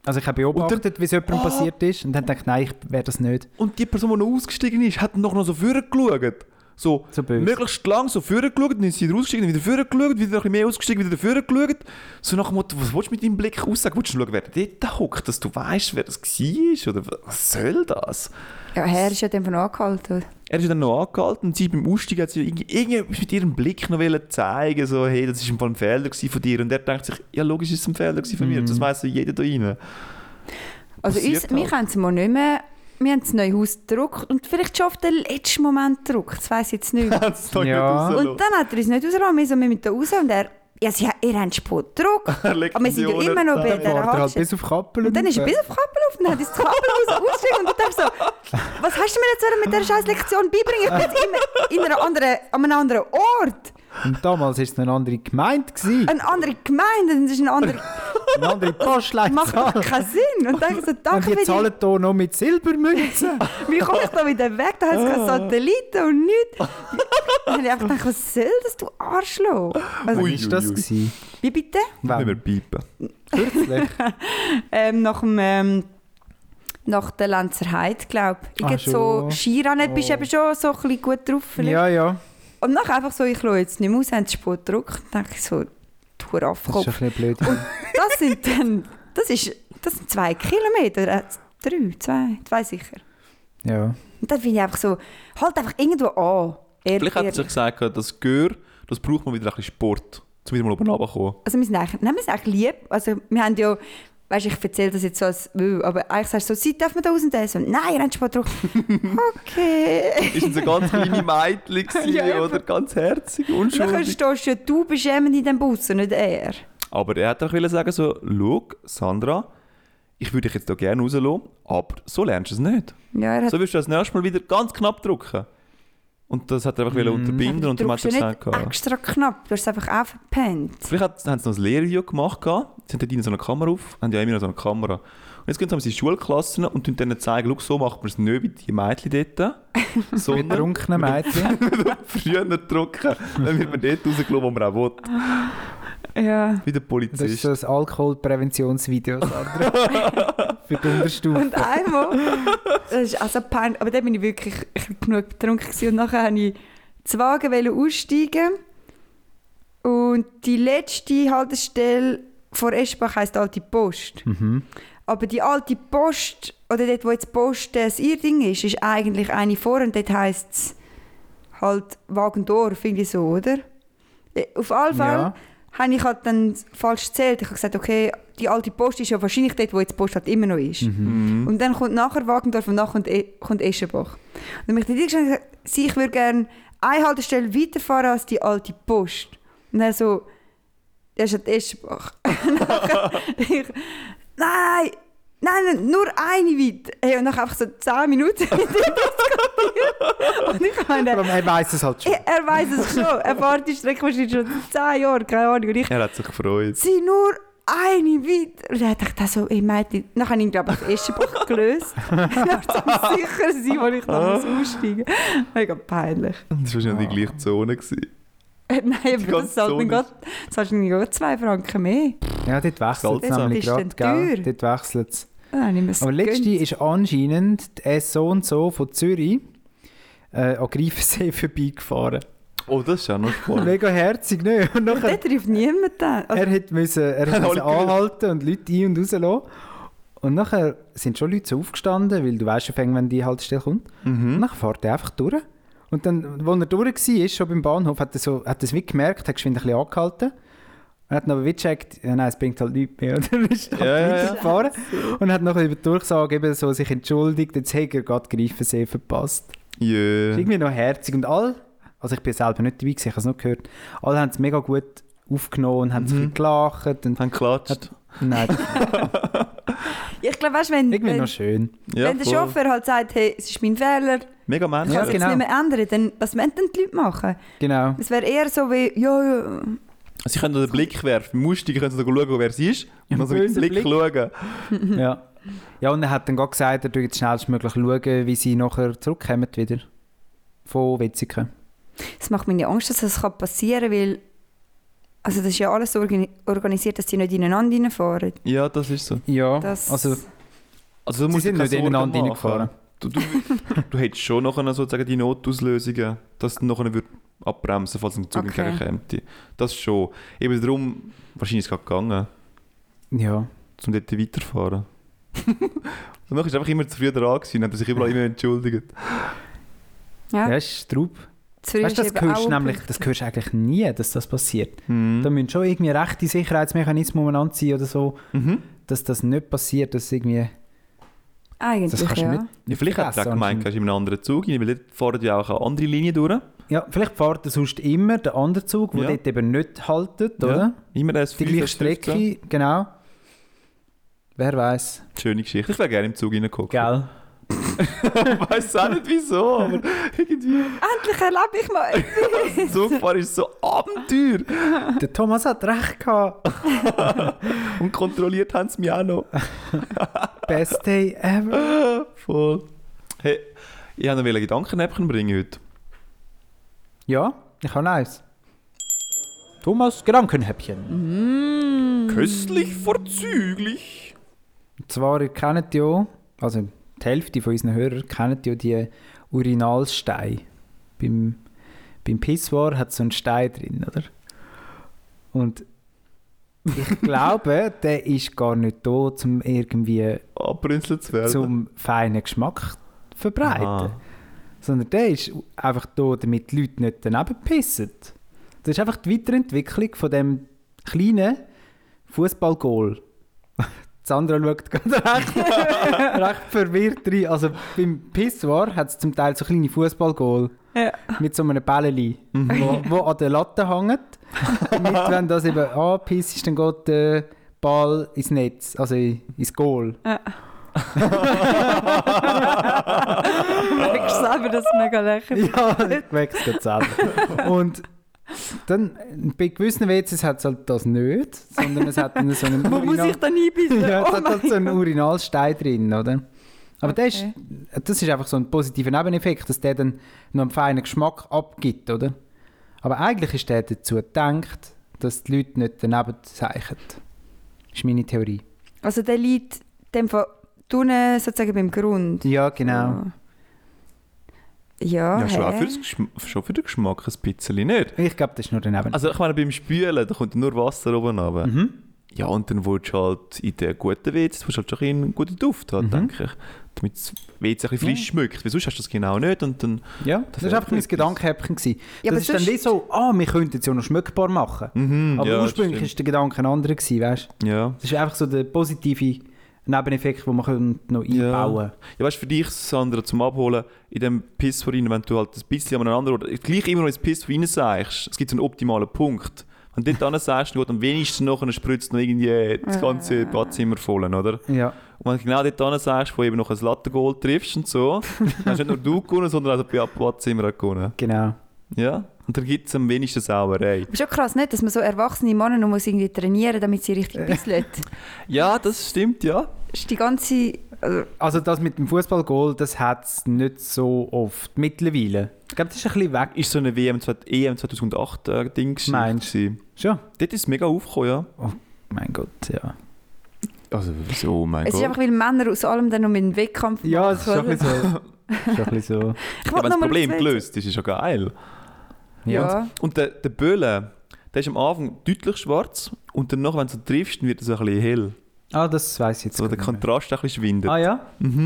also ich habe beobachtet, wie es jemandem
Ah.
passiert ist und dann gedacht, nein, ich wäre das nicht.
Und die Person, die noch ausgestiegen ist, hat noch, noch so vorher geschaut. So,
So böse.
möglichst lang so vorher geschaut, dann ist sie wieder ausgestiegen, wieder vorher geschaut, wieder ein bisschen mehr ausgestiegen, wieder vorher geschaut. So nach dem Motto, was willst du mit deinem Blick aussagen? Willst du schauen, wer dort hockt, dass du weißt, wer das war? Oder was soll das?
Ja, Herr ist ja dann von angehalten.
Er ist dann noch angehalten und sie beim Aussteigen hat sie irgendwie- irgendetwas mit ihrem Blick noch wollen zeigen, so, hey, das war im Fall ein Fehler gewesen von dir. Und er denkt sich, ja, logisch ist es ein Fehler gewesen von mir,
Mhm.
das weiss ja jeder da [laughs] rein.
Also
Passiert
uns, wir
halt.
haben es mal nicht mehr. Wir haben das neue Haus gedruckt und vielleicht schon auf den letzten Moment gedruckt. Das weiss ich jetzt nicht.
Hat es doch nicht
Ja.
und
rausgelassen.
dann hat er uns nicht rausgelassen. Wir so, wir müssen da raus und er... Ja, sie, ihr habt Spott
[laughs]
gedruckt.
Er legt
Aber wir sind ja
die Ohren
immer noch bei
zusammen.
der
Fährt er halt
Haltestelle.
bis auf Kappel.
Und dann ist er
rauf.
bis auf die Kabel auf, dann hat uns die Kabel aus ausgestiegen und ich dachte so, was hast du mir jetzt wollen mit dieser scheiß Lektion beibringen? Ich bin jetzt immer in einer anderen, an einem anderen Ort,
Und damals war es eine andere Gemeinde, gewesen,
[laughs] eine andere Gemeinde, das ist ein anderer,
[laughs] eine andere
macht doch
Postleitzahl.
keinen Sinn. Und dann so,
Und
danke
die
für
zahlen hier noch mit
[laughs]
Silbermünzen.
die, [laughs] wie komme ich da wieder weg? Da hat es keine Satelliten und nichts. [laughs] Dann habe ich einfach gedacht, was soll das, du Arschloch? Also,
Ui.
Wie war das? gewesen?
wie bitte?
Nicht mehr
Wann?
piepen.
Kürzlich?
Ähm, nach dem... Ähm, nach der Lenzer Heide, glaube ich.
Ah,
Irgend so
schon.
Skiran, oh. bist du
Oh.
eben schon so ein bisschen gut drauf. [laughs] vielleicht?
Ja, ja.
Und nachher einfach so, ich schaue jetzt nicht mehr aus, haben sie Sport gedruckt. Dann denke ich so, Tour
Das ist schon
Kopf.
ein bisschen
[laughs]
blöd.
Das sind dann, das ist, das sind zwei Kilometer, äh, drei, zwei, zwei sicher.
Ja.
Und dann bin ich einfach so, halt einfach irgendwo an. Ehr-
Vielleicht hat er
ehrlich.
sich gesagt, das Gehör, das braucht man wieder ein bisschen Sport, um wieder mal oben [laughs] runterzukommen.
Also wir sind eigentlich, nein, wir sind eigentlich lieb. Also wir haben ja, weißt ich erzähle das jetzt so als, «Äh», aber eigentlich sagst du so, seit darf man da raus und dann so, nein, ihr habt Sport
[laughs]
gedruckt. okay.
Ist so ganz kleine [laughs] Mädchen gewesen,
Ja, eben.
oder? Ganz herzig,
Nachher
unschuldig.
stehst du ja, du bist jemand in dem Bus und nicht er.
Aber er hat auch wollen sagen so, «Schau, Sandra, ich würde dich jetzt hier gerne rauslassen, aber so lernst du es nicht.
Ja, er hat
So wirst du das nächste Mal wieder ganz knapp drücken.» Und das hat er einfach wollen unterbinden und darum hat
Druckst
er
du nicht
gesagt, ja.
extra knapp, du hast es einfach auch verpennt.
Vielleicht hat, haben sie noch ein Lehrvideo gemacht, gehabt. sie haben dort hinten so eine Kamera auf, haben ja immer noch so eine Kamera. Und jetzt gehen sie in Schulklassen und tun denen zeigen, «Schau, so macht man es nicht mit den Mädchen dort,
Mit
sondern
trunkenen Mädchen.
früher drücken, dann wird man dort rausgelassen, wo man auch will.»
Ja.
Wie der
Das ist
Polizist.
so ein Alkoholpräventionsvideo, Sandra. Für die Unterstufe.
Und einmal, das ist also peinlich, aber dann bin ich wirklich ich bin genug betrunken gewesen. und nachher wollte ich zu Wagen wollte aussteigen und die letzte Haltestelle vor Eschbach heisst Alte Post.
Mhm.
Aber die Alte Post, oder dort, wo jetzt Post äh, das Irding ist, ist eigentlich eine vor und dort heisst es halt Wagendorf, irgendwie so, oder? Äh, Auf alle Fälle
Ja.
habe ich halt dann falsch gezählt. Ich habe gesagt, okay, die alte Post ist ja wahrscheinlich dort, wo jetzt die Post halt immer noch ist.
Mhm.
Mhm.
Und dann kommt nachher Wagendorf und nachher kommt, e kommt Eschenbach. Und dann habe ich dann direkt gesagt, «Sie, ich würde gerne eine Haltestelle weiterfahren als die alte Post. Und er so, das ist halt Eschenbach. [laughs] Nachher- ich, nein, nein, nein, nur eine weit. Hey, und nachher einfach so 10 Minuten mit ihm diskutiert. Und ich meine,
[laughs] Vor allem, Er weiss es halt schon.
er, er weiß es schon. Er fährt die Strecke wahrscheinlich schon 10 Jahre, keine Ahnung. Und ich
Er hat sich gefreut.
sie nur eine weit. Und dann dachte ich so, ey Mädchen, dann habe ich ihn, glaube ich, auf Eschenbach
[laughs]
gelöst. Dann zum sicher sein, wo ich da muss aussteigen muss. Mega peinlich.
Das war wahrscheinlich die gleiche Zone. Gewesen.
Äh, Nein, aber das
ganze
zahlt
Zone
mir Gott, das hast du mir gerade zwei Franken mehr.
Ja, dort wechselt es
Salzsäure.
nämlich
Das
gerade,
ist denn
gell?
teuer.
Dort wechselt es.
Dann habe ich mir's
Aber letzte
gegönnt.
ist anscheinend die S so und so von Zürich äh, an Greifensee [laughs] vorbeigefahren.
Oh, das ist ja noch spannend.
Mega herzig, ne? Und nachher,
Dort trifft niemand den. Also,
er hätte müssen, er hätte
Alle
müssen
grün.
anhalten und Leute ein- und rauslassen. Und nachher sind schon Leute so aufgestanden, weil du weißt schon, fängt, wenn die Haltestelle kommt.
Mhm. Hm?
Und nachher fährt er einfach durch. Und dann, als er durch war, schon beim Bahnhof, hat er, so, hat er es wie gemerkt, hat geschwind ein bisschen angehalten. Er hat aber wie gecheckt, ja, nein, es bringt halt nichts mehr. [laughs] Und er ist halt
Ja, ja, ja.
weitergefahren und hat nachher über die Durchsage eben so sich entschuldigt, jetzt hat er gerade Greifensee verpasst.
Jö.
Ist irgendwie noch herzig und all, also ich bin selber nicht dabei, gewesen, ich habe es noch gehört, alle haben es mega gut aufgenommen und haben sich
Mhm.
ein bisschen gelacht und
Haben geklatscht.
nein,
Ich glaube, weißt du, wenn,
irgendwie
wenn,
noch schön.
Ja,
wenn der
voll.
Chauffeur halt sagt, hey, es ist mein Fehler,
Mega
ich
Mensch.
Ja,
kann es
genau.
jetzt nicht mehr ändern, dann was wollen denn die Leute machen?
Genau.
Es wäre eher so wie, ja, ja,
Sie können den Blick werfen. Mustig können sie schauen, wer sie ist. Und dann so mit dem
Böser
Blick,
Blick.
schauen. Hm.
Ja. Ja, und er hat dann gerade gesagt, er schaue jetzt schnellstmöglich schauen, wie sie nachher zurückkommen wieder. Von Witzigen.
es macht mir Angst, dass das kann passieren kann, weil also das ist ja alles so organi- organisiert, dass die nicht ineinander reinfahren.
Ja, das ist so.
Ja,
Das,
also
Also, du
sie
musst
sind
dir keine
nicht
Sorgen
ineinander
machen.
reingefahren.
Du, du, du hättest schon nachher sozusagen die Notauslösungen, dass du nachher würd abbremsen falls ein Zug
Okay.
entgegenkommt. Das schon. Eben darum, wahrscheinlich ist es gerade gegangen,
Ja.
um dort
[laughs]
weiterfahren. Und nachher ist er einfach immer zu früh dran gewesen, hat er sich überall immer entschuldigt.
Ja,
Ja.
ist Traub.
Zürich
Weißt du,
ist
das
eben
hörst
auch
du
ein
nämlich,
Punkt.
das hörst du eigentlich nie, dass das passiert.
Mhm.
Da müssen schon irgendwie rechte Sicherheitsmechanismen umeinander sein oder so,
Mhm.
dass das nicht passiert, dass irgendwie... Das
Eigentlich,
kannst du
ja.
nicht,
Ja,
nicht
vielleicht hat er auch
vergessen
gemeint, er ist in einem anderen Zug, rein, weil dort fahren ja auch eine andere Linie durch.
anscheinend. Ja, vielleicht fährt er sonst immer den anderen Zug, der
Ja.
dort eben nicht haltet,
Ja.
oder?
Immer S5,
Die gleiche
S15.
Strecke, genau. Wer weiß.
Schöne Geschichte. Ich wäre gerne im Zug reingeguckt.
Gell?
[laughs] Ich weiß auch nicht wieso, aber irgendwie.
Endlich erlebe ich mal etwas.
Zugfahren ist so Abenteuer.
Der Thomas hat recht gehabt.
Und kontrolliert haben sie mich auch noch. [laughs]
Best day ever.
Voll. Hey, ich wollte noch Gedankenäppchen bringen heute.
Ja, ich habe eins. Thomas Gedankenhäppchen.
Köstlich vorzüglich.
Und zwar, ihr kennt ja, also die Hälfte von unseren Hörern kennt ja die Urinalsteine. Beim, beim Pissoir hat so einen Stein drin, oder? Und ich glaube, der ist gar nicht da, um irgendwie
Abrünzelt zu werden. Ah.
zum feinen Geschmack zu verbreiten.
Aha.
sondern der ist einfach da, damit die Leute nicht daneben pissen. Das ist einfach die Weiterentwicklung von dem kleinen Fußballgoal. [laughs] Sandra schaut gerade recht, [laughs] recht verwirrt rein. Also beim Pissoir hat es zum Teil so kleine Fußballgoal
Ja.
mit so einem Bällchen, wo, wo an der Latte hängt. Damit, wenn das eben anpisst, ist, dann geht der Ball ins Netz, also in- ins Goal. [laughs]
Merkst du selber, das ist mega lächerlich.
Ja,
[laughs]
ich merke es gerade selber. Und dann, bei gewissen WCs hat es halt das nicht, sondern es hat dann so einen
[laughs] Wo muss ich dann einbinden?
genau. ja, es
[laughs] oh
hat halt so einen
mein Gott.
Urinalstein drin, oder? Aber der ist,
Okay.
das ist einfach so ein positiver Nebeneffekt, dass der dann noch einen feinen Geschmack abgibt, oder? Aber eigentlich ist der dazu gedacht, dass die Leute nicht daneben zeichnen. ist meine Theorie.
Also der liegt dem von unten sozusagen beim Grund.
Ja, genau.
Ja,
ja, schon, auch
Ah, hä?
für's Geschm- schon für den Geschmack ein bisschen, nicht?
Ich glaube, das ist nur daneben.
Also ich meine, beim Spülen, da kommt nur Wasser oben runter.
mhm.
Ja, und dann willst du halt in den guten WC, willst du halt schon ein bisschen einen guten Duft haben,
Mhm.
denke ich. Damit das WC ein bisschen
Ja.
frisch schmeckt, weil sonst hast du das genau nicht und dann...
Ja, das, ist
wäre
einfach mein
etwas.
Gedankenhäppchen. gewesen.
Ja, aber
das ist dann
sonst-
wie so, ah, wir könnten es ja noch schmückbar machen.
Mhm,
Aber
ja, das
ursprünglich
stimmt.
war der Gedanke ein anderer, gewesen, weißt du?
Ja.
Das ist einfach so der positive Nebeneffekt, den man könnte noch
Ja.
einbauen
Ja, weißt du, für dich, Sandra, zum Abholen, in dem Piss vor rein, wenn du halt ein bisschen an einem anderen Ort, gleich immer noch ins Piss rein sagst, es gibt so einen optimalen Punkt. Wenn du dort [laughs] hin sagst, dann geht am wenigsten nachher spritzt noch irgendwie das ganze Badzimmer voll, oder?
ja.
Und wenn du genau dort hin sagst, wo eben noch ein Latte-Goal triffst und
[laughs]
so, dann hast du nicht nur du gewonnen, sondern auch das Badzimmer hat gewonnen.
genau.
Ja? Und dann gibt es am wenigsten Sauerei.
Aber schon krass, nicht, dass man so erwachsene Männer noch muss irgendwie trainieren damit sie richtig bisseln.
Ja, das stimmt, ja.
Das ist die ganze... Also,
Also das mit dem Fußballgoal, das hat es nicht so oft mittlerweile. Ich glaube, das ist ein bisschen weg.
Ist so eine WM, 2000 EM 2008 E äh, Ding gewesen.
Meinst Schon?
Dort ist es mega aufgekommen, ja.
Mein Gott, ja.
Also, wieso, mein
es ist einfach, weil Männer aus allem dann noch mit einem Wettkampf
Ja,
machen,
es ist schon ein
oder?
bisschen so.
[laughs]
schon ein bisschen so.
Ich
Ja, wenn
wollte noch
das
mal
Problem
aufs WC.
gelöst ist, ist ja geil.
Ja.
Ja.
Und der, der Böhle, der ist am Anfang deutlich schwarz und danach, wenn du ihn triffst, wird er so ein bisschen hell.
Ah, das weiß ich jetzt
So der
gar nicht mehr.
Kontrast ein bisschen schwindet.
Ah ja?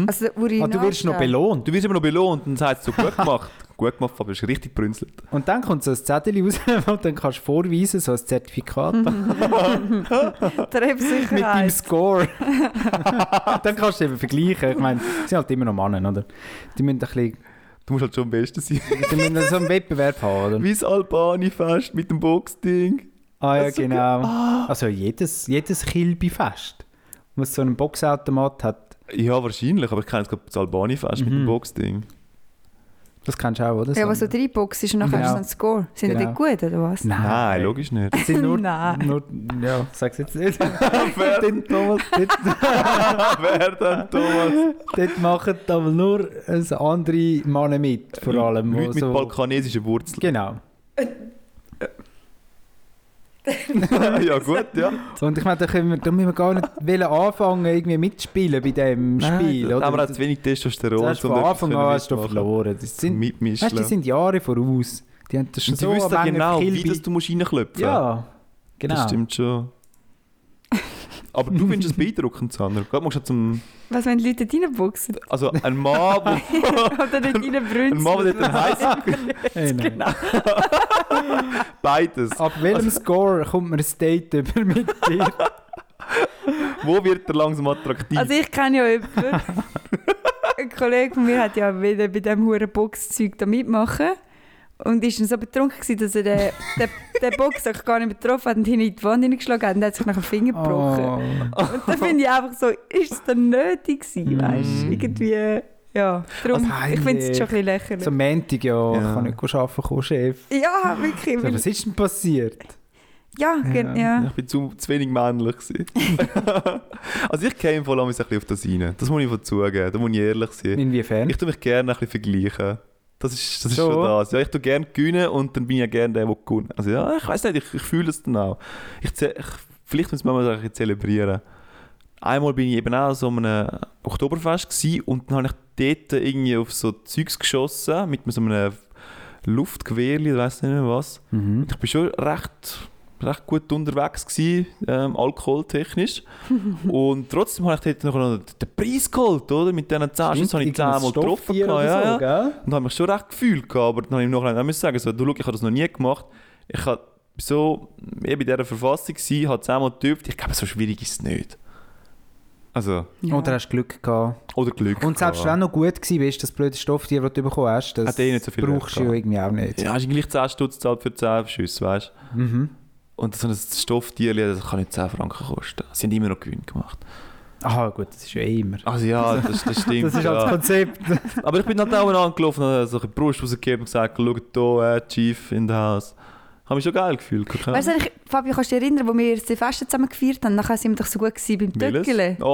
Also der
Ah, du wirst noch
Urinalstein.
belohnt.
Du wirst immer noch belohnt und dann sagst du, so gut gemacht. [laughs] Gut gemacht, aber es ist richtig brünzelt.
Und dann kommt so ein Zettel raus [laughs] und dann kannst du vorweisen, so ein Zertifikat mit deinem
Treffsicherheit. [laughs]
Score. [laughs] dann kannst du eben vergleichen. Ich meine, es sind halt immer noch Männer, oder? Die müssen, ein bisschen,
Du musst halt schon am besten [laughs] sein.
die müssen so einen Wettbewerb haben, oder?
Wie das Albani-Fest mit dem Boxding.
Ah ja,
Also,
genau. Also jedes, jedes Kilby-Fest, was so einen Boxautomat hat,
Ja, wahrscheinlich, aber ich kenne jetzt gerade das Albani-Fest mit dem
Mhm.
Boxding.
das kennst du auch, oder?
Ja, was so drei Boxen ist und dann
Genau.
hast du dann einen Score. Sind die
Genau.
gut, oder was?
Nein,
Nein, logisch [laughs] nicht.
Es sind
[laughs]
nur,
Nein.
nur ja, sag's jetzt nicht. [laughs]
Wer
dort, Thomas, dort,
Wer denn, Thomas?
dort machen aber nur ein andere Männer mit, vor allem. also- wo
Leute mit
so-
balkanesischen Wurzeln.
Genau.
[laughs] ja, gut, ja.
Und ich meine, da, können wir, da müssen wir gar nicht [laughs] wollen anfangen, irgendwie mitspielen bei diesem Spiel.
Da
oder?
haben wir auch zu wenig Testosteron, um
Zuerst von
etwas
Anfang an
können
hast du
mitmachen.
verloren. Das sind,
Mitmischen.
weißt, du, die sind Jahre voraus. Die haben das schon
Und die
so
wissen ja
lange
genau, wie
Kilby-
das du musst reinklopfen musst.
Ja, genau.
Das stimmt schon. Aber du findest es beeindruckend, Sander. Gerade musst du zum,
Was, wenn die Leute dort
[laughs]
reinboxen?
also ein Mann, wo, [laughs]
Oder nicht reinbrünzen?
ein Mann, der dort einen heißen
Hey, nein.
beides.
Ab welchem Score kommt man ein Date über mit dir?
Wo wird er langsam attraktiv?
Also ich kenne ja
[laughs]
jemanden. Ein Kollege von mir hat ja wieder bei diesem huren Boxzeug da mitmachen und ist dann so betrunken gewesen, dass er den, den, den Boxsack gar nicht mehr getroffen hat und hinten in die Wand hineingeschlagen hat und hat sich nachher den Finger gebrochen.
Oh.
Und da finde ich einfach so, ist es denn nötig gewesen,
Mm.
weißt du? Irgendwie, ja. Darum,
Also
ich finde es
heimlich.
schon ein bisschen lächerlich.
So am Montag, ja,
Ja.
ich kann nicht go arbeiten, komm, Chef.
ja, wirklich.
So,
weil-
was ist denn passiert?
ja, gen- ja.
ich bin zu, zu wenig männlich. [laughs] gewesen. also ich käme voll ein bisschen auf das rein. Das muss ich von zugeben, da muss ich ehrlich sein.
Inwiefern?
Ich tue mich gerne ein bisschen vergleichen. Das ist, das ist
So.
schon das. Ja, ich tue gerne gewinnen und dann bin ich ja gerne der, der gewinnt. Also ja, ich weiß nicht, ich, ich fühle es dann auch. Ich, ze- ich, vielleicht müssen wir mal sagen, ich zelebrieren. Einmal bin ich eben auch an so einem Oktoberfest gewesen und dann habe ich dort irgendwie auf so Zeugs geschossen mit so einem Luftgewehrli, ich weiß nicht mehr was.
Mhm.
Ich bin schon recht, recht gut unterwegs, gewesen, ähm,
[laughs]
alkoholtechnisch. und trotzdem habe ich dort noch einen- den Preis geholt, oder? Mit diesen 10 Schüssen habe ich 10 Mal getroffen.
Stofftier
gehabt,
oder
ja,
so,
ja.
gell?
Und habe mich schon recht gefühlt, gehabt, aber dann habe ich im Nachhinein auch müssen sagen, so, du, schau, ich habe das noch nie gemacht. Ich war so eben in dieser Verfassung, gewesen, habe zehnmal geübt. Ich glaube, so schwierig ist es nicht. Also,
ja.
Oder hast du Glück gehabt?
oder Glück.
Und selbst wenn
gehabt.
du noch gut gewesen bist, das blöde Stofftier, das du bekommen hast, das
Hat eh nicht so viel
brauchst du
Wert
ja irgendwie auch nicht.
Ja, hast du gleich 10 Stutz gezahlt für 10 Schüsse, weißt du?
Mhm.
Und so ein Stofftierchen, das kann nicht 10 Franken kosten. Sie haben immer noch Gewinn gemacht.
Aha, gut, das ist ja eh immer.
Also
[laughs]
ja, das, das stimmt.
Das ist halt
ja.
das Konzept.
Aber ich bin halt auch angelaufen und habe so ein bisschen die Brust rausgekehrt und gesagt, schaut hier, äh, Chief in the house. Ich habe mich schon geil gefühlt. keine
Weißt du, eigentlich, Fabio, kannst du dich erinnern, wo wir das Fest zusammen gefeiert haben? Nachher sind wir doch so gut gewesen beim
Welches?
Töckeln.
Oh,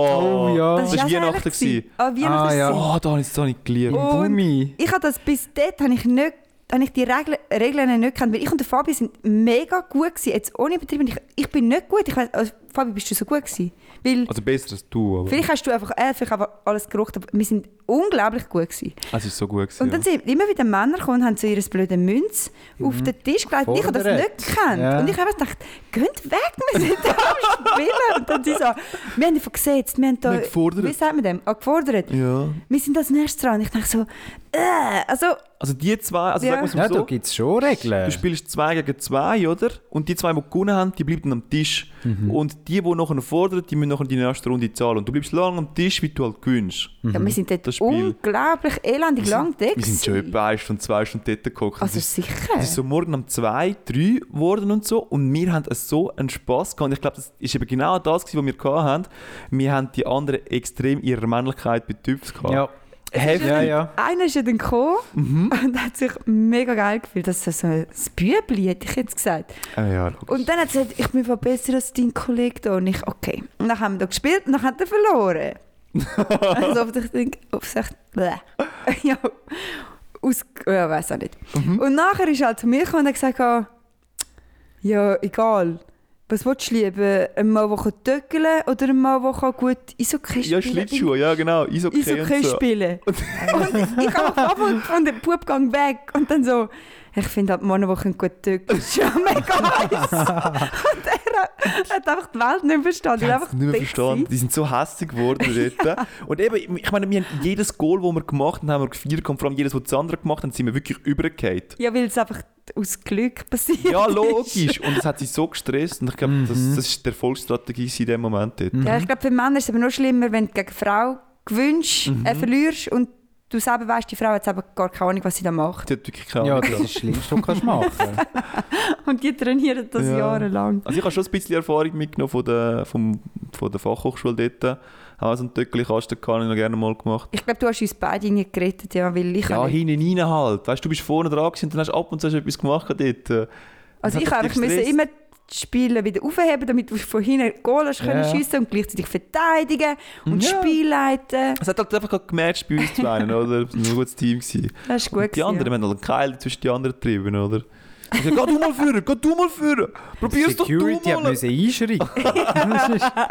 Oh, ja.
Das
ist
war
auch so
Weihnachten.
herrlich gewesen. Ah, Weihnachten
Ah, ja.
ist-
Oh, da habe ich es nicht geliebt.
Oh. Und-
Bumi.
Ich habe das bis dort habe ich nicht habe ich die Regeln, Regeln nicht gekannt, weil ich und der Fabi sind mega gut gewesen, jetzt ohne Betrieb. Und Ich, ich bin nicht gut. Ich weiss, also, Fabi, bist du so gut gewesen? Weil
Also besser als du, aber
vielleicht hast du einfach, äh, vielleicht einfach alles gerucht, aber wir sind unglaublich gut gewesen.
es war so gut. Gewesen,
Und dann sind immer wieder Männer gekommen und haben so ihre blöde Münze auf den Tisch gelegt. Ich habe das
Gefordert.
nicht gekannt.
Mhm. Ja.
Und ich habe gedacht, geht weg, wir sind da am Spielen. Und dann sie so, wir haben einfach gesetzt, wir haben da,
Wir haben gefordert.
wie sagt man dem, ah, gefordert.
ja. ja.
Wir sind als nächstes dran. Und ich dachte so, äh, also...
Also die zwei, also
Ja.
sagen wir es mal
[laughs] Ja, da
so,
gibt es schon Regeln.
du spielst zwei gegen zwei, oder? Und die zwei, die gewonnen haben, die bleiben am Tisch.
Mhm.
Und die, die nachher fordern, die müssen nachher die nächste Runde zahlen. Und du bleibst lange am Tisch, wie du halt gewinnst.
Ja, wir sind dort
Das Spiel.
unglaublich elendig lang dort.
Wir sind schon
gewesen.
etwa eine Stunde, zwei Stunden dort geguckt.
Also sicher.
Es ist so morgen um zwei, drei geworden und so. Und wir haben es so einen Spass gehabt. Und ich glaube, das ist eben genau das, gewesen, was wir gehabt haben. Wir haben die anderen extrem ihrer Männlichkeit betüpft. gehabt.
Ja. Ja, ja.
Einer ist ja dann gekommen
Mhm.
[laughs] und hat sich mega geil gefühlt. Das ist so ein Bübli, hätte ich jetzt gesagt.
Ah, ja logisch. [laughs]
Und dann hat sie gesagt, ich bin voll besser als dein Kollege da. Und ich, okay. Und dann haben wir da gespielt und dann hat er verloren. also ob ich denke, ob es echt, bleh. [laughs] ja, aus, ja, weiß auch nicht. Und nachher ist er halt zu mir gekommen und hat gesagt, ah, ja, egal. Was willst du lieber? Ein Mann, der töckeln kann oder ein Mann, der kann gut Eishockey
ja,
spielen
Schlittschuhe, ja genau. Eishockey
Eishockey
und so.
spielen. Und ich habe einfach von dem Pubgang weg [laughs] und dann so, ich finde halt Männer, die können gut Türkisch, ja, mega heiß. Und er Er hat einfach die Welt nicht verstanden.
Die
Er
haben
hat
es
einfach
nicht mehr
dick
verstanden.
gewesen.
Die sind so hässlich geworden
[laughs]
dort. Und eben, ich meine, wir haben jedes Goal, das wir gemacht haben, haben wir gefeiert. Und vor allem jedes, was das andere gemacht haben, sind wir wirklich übergefallen.
Ja, weil es einfach aus Glück passiert
Ja,
ist.
logisch. Und das hat sie so gestresst. Und ich glaube,
Mhm.
das, das ist die Erfolgsstrategie in dem Moment dort.
Ja, ich glaube, für Männer ist es aber noch schlimmer, wenn du gegen eine Frau gewünscht, äh,
Mhm.
verlierst und du selber weißt, die Frau hat selber gar keine Ahnung, was sie da macht.
Die hat wirklich keine
Ja,
Ahnung.
das ist das Schlimmste, was du kannst machen
[laughs]
kannst.
[laughs] Und die trainieren das
Ja.
jahrelang.
Also ich habe schon ein bisschen Erfahrung mitgenommen von der, vom, von der Fachhochschule dort. Habe so einen Töckli-Kasten gehabt, habe ich noch gerne mal gemacht.
Ich glaube, du hast uns beide nicht gerettet, ja, weil ich
Ja,
habe nicht-
hinten rein halt. Weißt du, du bist vorne dran gewesen und dann hast du ab und zu hast du etwas gemacht dort.
Also
hat
ich
dich
habe müssen
gestresst.
immer die Spiele wieder aufheben, damit du von hinten Goal hast können
Ja.
schiessen und gleichzeitig verteidigen und
Ja.
Spiel leiten.
Es hat halt einfach gerade gematcht bei uns zwei, oder? Es war ein gutes Team. Gewesen.
Das ist
Und
gut.
die anderen
[laughs] gewesen,
haben halt einen Keil zwischen die anderen getrieben,
[laughs]
oder? Ich sag, geh du mal führen, geh du mal führen! Probier's doch du
Security hat
mal!
müssen einschreiten. Das ist-
[laughs]
ja.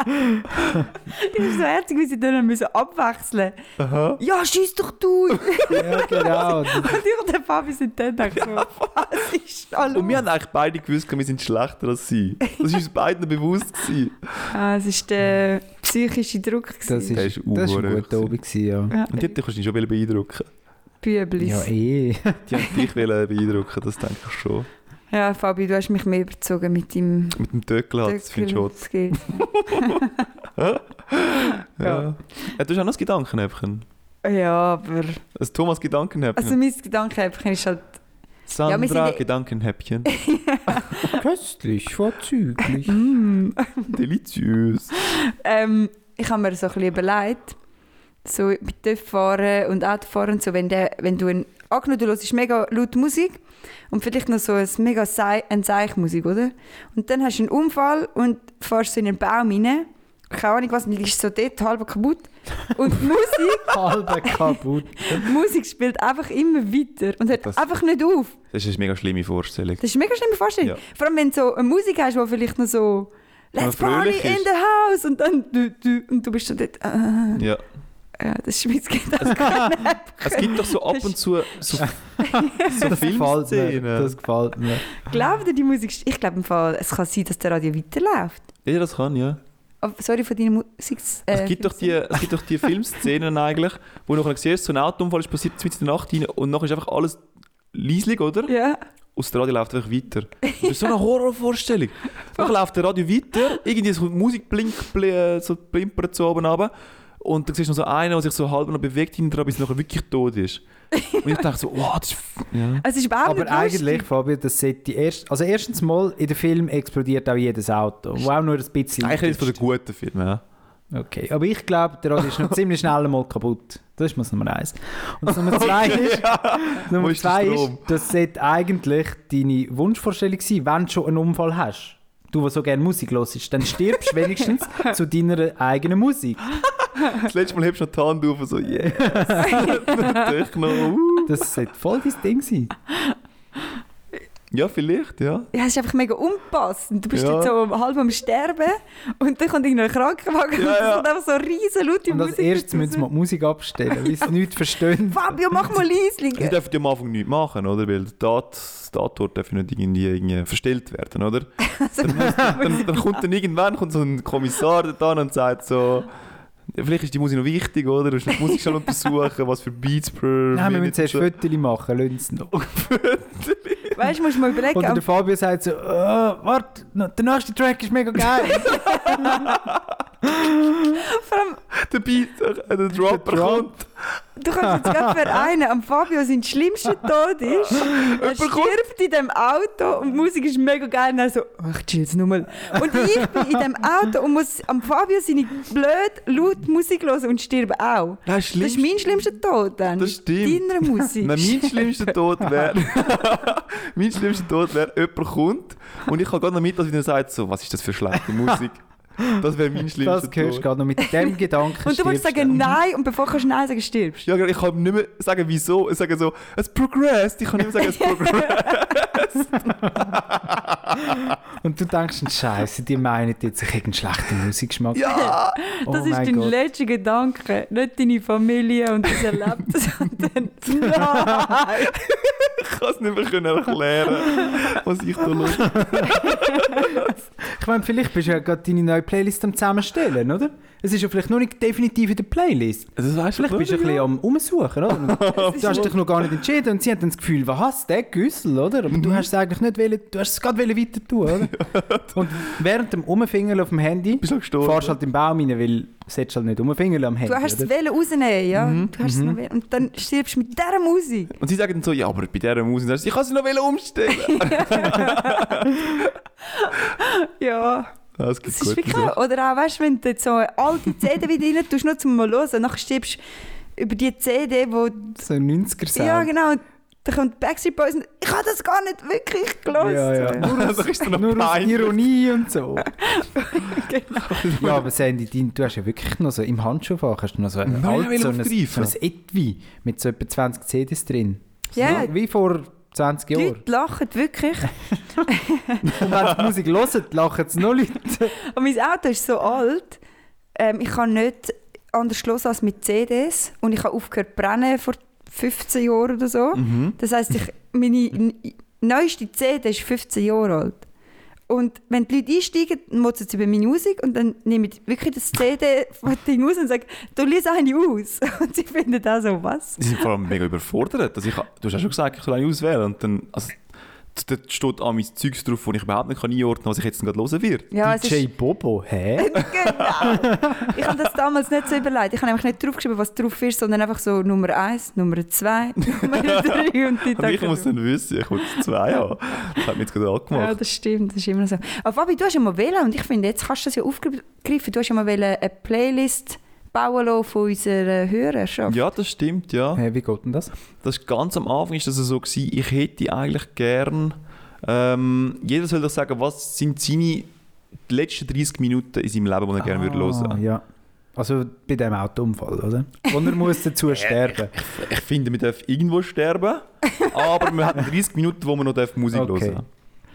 Das ist so herzig, wie sie dann müssen abwechseln
Aha.
Ja, schieß doch du! und
ja, genau.
ich und der Fabi sind dann gedacht, so, was ist da los?
Und wir haben eigentlich beide gewusst, wir sind schlechter als sie. Das war uns beiden bewusst. Gewesen.
Ah, es war der psychische Druck.
Das
gewesen.
Der
ist,
ist
das ist ein
unruhig
guter Abend, gewesen, ja.
Ja,
Und die hat dich wahrscheinlich schon wollen beeindrucken
Büblis.
Ja,
Ja,
eh. [laughs]
Die haben dich wollen beeindrucken, das denke ich schon.
Fabi, du hast mich mehr überzogen mit deinem
Mit dem Töckel hat es, finde ich schon.
Töckel-
[laughs] Ja. Ja, du hast auch noch ein Gedankenhäppchen.
Ja, aber.
Ein Thomas
Also,
Gedankenhäppchen.
mein Gedankenhäppchen ist halt. ja, wir sind eh-
Sandra
ja-
Gedankenhäppchen.
Köstlich, vorzüglich.
Mm. [laughs]
Deliziös.
Ähm, ich habe mir so ein bisschen überlegt, so mit dem Fahren und Autofahren, und so, wenn, der, wenn du ein angenommen, du hörst mega laut Musik und vielleicht noch so ein mega Sei, ein Seichmusik, oder? Und dann hast du einen Unfall und fährst so in einen Baum rein, keine Ahnung was, und liegst so dort halb kaputt und
[laughs]
die Musik,
[laughs] Halbe kaputt.
die Musik spielt einfach immer weiter und hört
Das-
einfach nicht auf.
Das ist eine mega schlimme Vorstellung.
Das ist eine mega schlimme Vorstellung.
Ja.
Vor allem, wenn du so eine Musik hast, die vielleicht noch so
Ja,
«Let's party
fröhlich
in
ist.
the house» und dann du, du, und du bist so dort äh,
Ja.
ja, Äh, das ist mein Gedanke.
Es gibt doch so ab und zu so, so
Das gefällt mir.
Filmszenen.
Das gefällt mir.
Glaubt ihr, die Musik... ist- Ich glaube im Fall, es kann sein, dass der Radio weiterläuft.
Ja, das kann, ja.
Oh, sorry für deine Musik... äh,
es, gibt doch die, es gibt doch die Filmszenen eigentlich, wo du nachher siehst, so ein Autounfall ist passiert mitten in der Nacht rein und nachher ist einfach alles leislich, oder?
Ja,
Und das Radio läuft einfach weiter. Das ist so eine Horrorvorstellung. Dann läuft der Radio weiter, irgendwie so Musik blinkt, bl äh, so blimpert so oben runter. Und dann siehst du noch so einen, der sich so halb noch bewegt hinten dran, bis er nachher wirklich tot ist. Und ich dachte so, wow, das ist... f- Ja.
es ist überhaupt
Aber
nicht lustig.
eigentlich, Fabio, das sollte erst, also erstens mal, in dem Film explodiert auch jedes Auto. Wo auch nur ein bisschen...
Eigentlich ist es von den guten Filmen, ja.
Okay, aber ich glaube, der Radio ist noch ziemlich schnell einmal kaputt. Das ist mal das Nummer eins. Und das Nummer zwei ist, das
Wo
Nummer
ist der
zwei ist,
Strom?
das sollte eigentlich deine Wunschvorstellung sein, wenn du schon einen Unfall hast. Du, der so gerne Musik hörst, dann stirbst du wenigstens zu deiner eigenen Musik.
Das letzte Mal hebst du noch die Hand auf und so, yes. Techno, uh.
Das sollte voll dein Ding sein.
Ja, vielleicht, ja.
Ja, es ist einfach mega unpassend. Du bist
Ja.
dort so um halb am Sterben und dann kommt irgendein Krankenwagen
Ja,
und es
ja.
kommt einfach so riesen laute
Und als
Musik.
erstes
dazu.
müssen sie mal die Musik abstellen, weil sie nichts verstehen.
Fabio, mach mal
Sie
leislich.
dürfen [laughs] ja am Anfang nichts machen, oder? Weil der Tat- das Tatort darf ja nicht irgendwie, irgendwie verstellt werden, oder?
Also,
Dann, muss-
Genau.
dann, dann kommt dann irgendwann kommt so ein Kommissar da an und sagt so... ja, Vielleicht ist die Musik noch wichtig, oder? Du musst die Musik schon untersuchen, was für Beats per
Nein, wir müssen
Minute
zuerst Fotos machen, lassen sie noch.
Weißt du, musst du mal überlegen.
Oder
am
der Fabio sagt so, «Ah, warte, noch- der nächste Track ist mega geil.
Der Beat, äh, der Dropper
Drop.
kommt.
Du kannst jetzt
[laughs]
gerade vereinen, am Fabio sein schlimmster Tod ist, er stirbt in dem Auto und die Musik ist mega geil und er so, «Oh, ich chill jetzt nur mal. Und ich bin in dem Auto und muss am Fabio seine blöd laut Musik hören und stirbe auch.
Das ist
Das ist mein schlimmster Tod dann.
Das stimmt.
Deiner
[laughs]
Musik.
Nein, mein schlimmster Tod wäre,
[laughs]
[laughs] mein schlimmster Tod wäre, jemand kommt und ich kann gerade noch mit, dass wieder sagt, so, was ist das für schlechte Musik? Das wäre mein schlimmster
Das gehörst du
Tod.
gerade noch mit dem Gedanken.
und du musst
stirbst
sagen Nein und bevor du Nein sagen stirbst.
Ja, ich kann nicht mehr sagen, wieso. Ich sage so, es progressed. Ich kann nicht mehr sagen, es
[laughs]
progressed.
Und du denkst, Scheiße, die meinen jetzt, ich hätte einen schlechten Musikgeschmack.
ja!
oh
das ist
mein
dein
Gott.
letzter Gedanke, nicht deine Familie und das Erlebnis.
[laughs]
und dann, [laughs] nein.
[laughs]
Ich
Also,
kann es nicht mehr können erklären, was ich da los
Ich meine, vielleicht bist du ja gerade deine neue Playlist am Zusammenstellen, oder? Es ist ja vielleicht noch nicht definitiv in der Playlist.
Das weißt
Vielleicht bist du ein bisschen am
[laughs]
Umsuchen, oder? du hast dich noch gar nicht entschieden und sie haben dann das Gefühl, was hast du, der Güssel, oder? Aber
Mhm.
du hast es eigentlich nicht wollen, du hast es gerade wollen weiter tun,
[laughs]
oder? und während dem Umfingern auf dem Handy
Bist du gestorben?
fährst halt im Baum rein, weil du sollst halt nicht umfingern am Handy.
Du hast es
oder? Mhm,
wollen rausnehmen, ja. Du hast es noch wollen. Und dann stirbst du mit dieser Musik.
Und sie sagen dann so, ja, aber bei dieser Musik, sagst du, ich kann sie noch wollen umstellen.
Ja.
[laughs] das gibt
Das ist
gut.
wirklich. [laughs] Oder auch, weißt du, wenn du jetzt so eine
[laughs]
alte CD wieder rein tust, nur zum mal hören, nachher stirbst du über die CD, wo.
So 90er-Sound.
Ja, genau. Und Dann kommt Backstreet Boys und ich habe das gar nicht wirklich gelesen.
Ja, ja. Nur
Das ist doch noch
Nur aus
peinlich.
Ironie
[laughs]
und so.
Genau.
Ja, aber Sandy, dein- du hast ja wirklich noch so im Handschuhfach hast du noch so ein,
Nein,
alt,
ich will
so ein, so
aufgreifen.
ein Etui mit so etwa 20 CDs drin.
Ja.
Wie vor 20
Die
Jahren.
Leute lachen
[laughs]
wirklich.
Und wenn die Musik hören, lachen es noch Leute.
Und mein Auto ist so alt, ähm, ich kann nicht anders hören als mit CDs. Und ich habe aufgehört zu brennen vor 15 Jahren oder so.
Mhm.
Das heisst, ich, meine n- neueste CD ist 15 Jahre alt. Und wenn die Leute einsteigen, dann motzen sie über meine Musik und dann nehme ich wirklich das CD von dem Ding raus und sage, du liest eine aus. [laughs] Und sie finden auch so, was?
Die sind vor allem mega überfordert. Also ich, du hast ja schon gesagt, ich soll eine auswählen. Und dann, also, d- dort steht an mein Zeugs drauf, wo ich überhaupt nicht kann einordnen kann, was ich jetzt gerade hören werde.
[laughs] Ja, es
DJ
ist, [laughs]
Bobo, hä?
genau. Ich habe das damals nicht so überlegt. Ich habe nämlich nicht draufgeschrieben, was drauf ist, sondern einfach so Nummer 1, Nummer 2, [laughs] Nummer 3 und die
Aber ich
Tage
muss
drauf.
dann wissen, ich will zwei haben. Das hat mir jetzt gerade
Ja,
angemacht.
das stimmt, das ist immer so. Aber Fabi, du hast ja mal wählen und ich finde, jetzt kannst du das ja aufgreifen. Du hast ja mal wollen eine eh, Playlist bauen lassen von unserer Hörerschaft.
Ja, das stimmt, ja.
Hä, Wie geht denn das?
das ist ganz am Anfang ist das so gewesen, ich hätte eigentlich gern ähm, jeder soll doch sagen was sind seine die letzten 30 Minuten in seinem Leben, die er gerne
Ah,
würde hören.
Ja. Also bei diesem Autounfall, oder? Wo er muss dazu sterben.
Ich finde, man darf irgendwo sterben, aber man hat 30 Minuten, wo man noch darf Musik
Okay.
hören.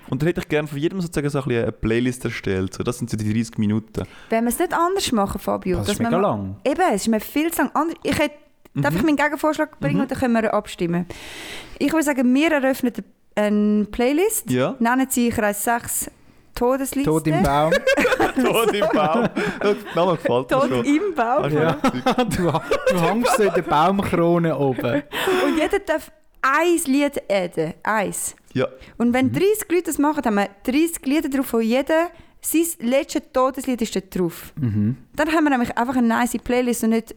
Und da hätte ich gerne von jedem sozusagen so ein bisschen eine Playlist erstellt. So, das sind so die 30 Minuten.
Wenn wir es nicht anders machen, Fabio.
Das
dass
ist mega
wir-
lang. Mhm.
Eben, es ist mir viel zu lang. Anders. Ich hätte, Darf ich
Mhm.
meinen Gegenvorschlag bringen und dann können wir abstimmen? Ich würde sagen, wir eröffnen eine Playlist. [laughs]
Ja. [laughs]
Nennen sie Kreis 6 Todesliste.
Tod im
[laughs]
Baum.
Tod im Baum. Der Name gefällt mir
Tod
schon. Also,
im Baum.
Hast du
Ja.
schon-
Du, du hängst so in der Baumkrone oben.
Und jeder darf ein Lied adden. Eins.
ja. Mhm.
Und wenn 30 Leute das machen, haben wir 30 Lieder drauf und jeder sein letztes Todeslied ist dort drauf.
Mhm.
Dann haben wir nämlich einfach eine nice Playlist und nicht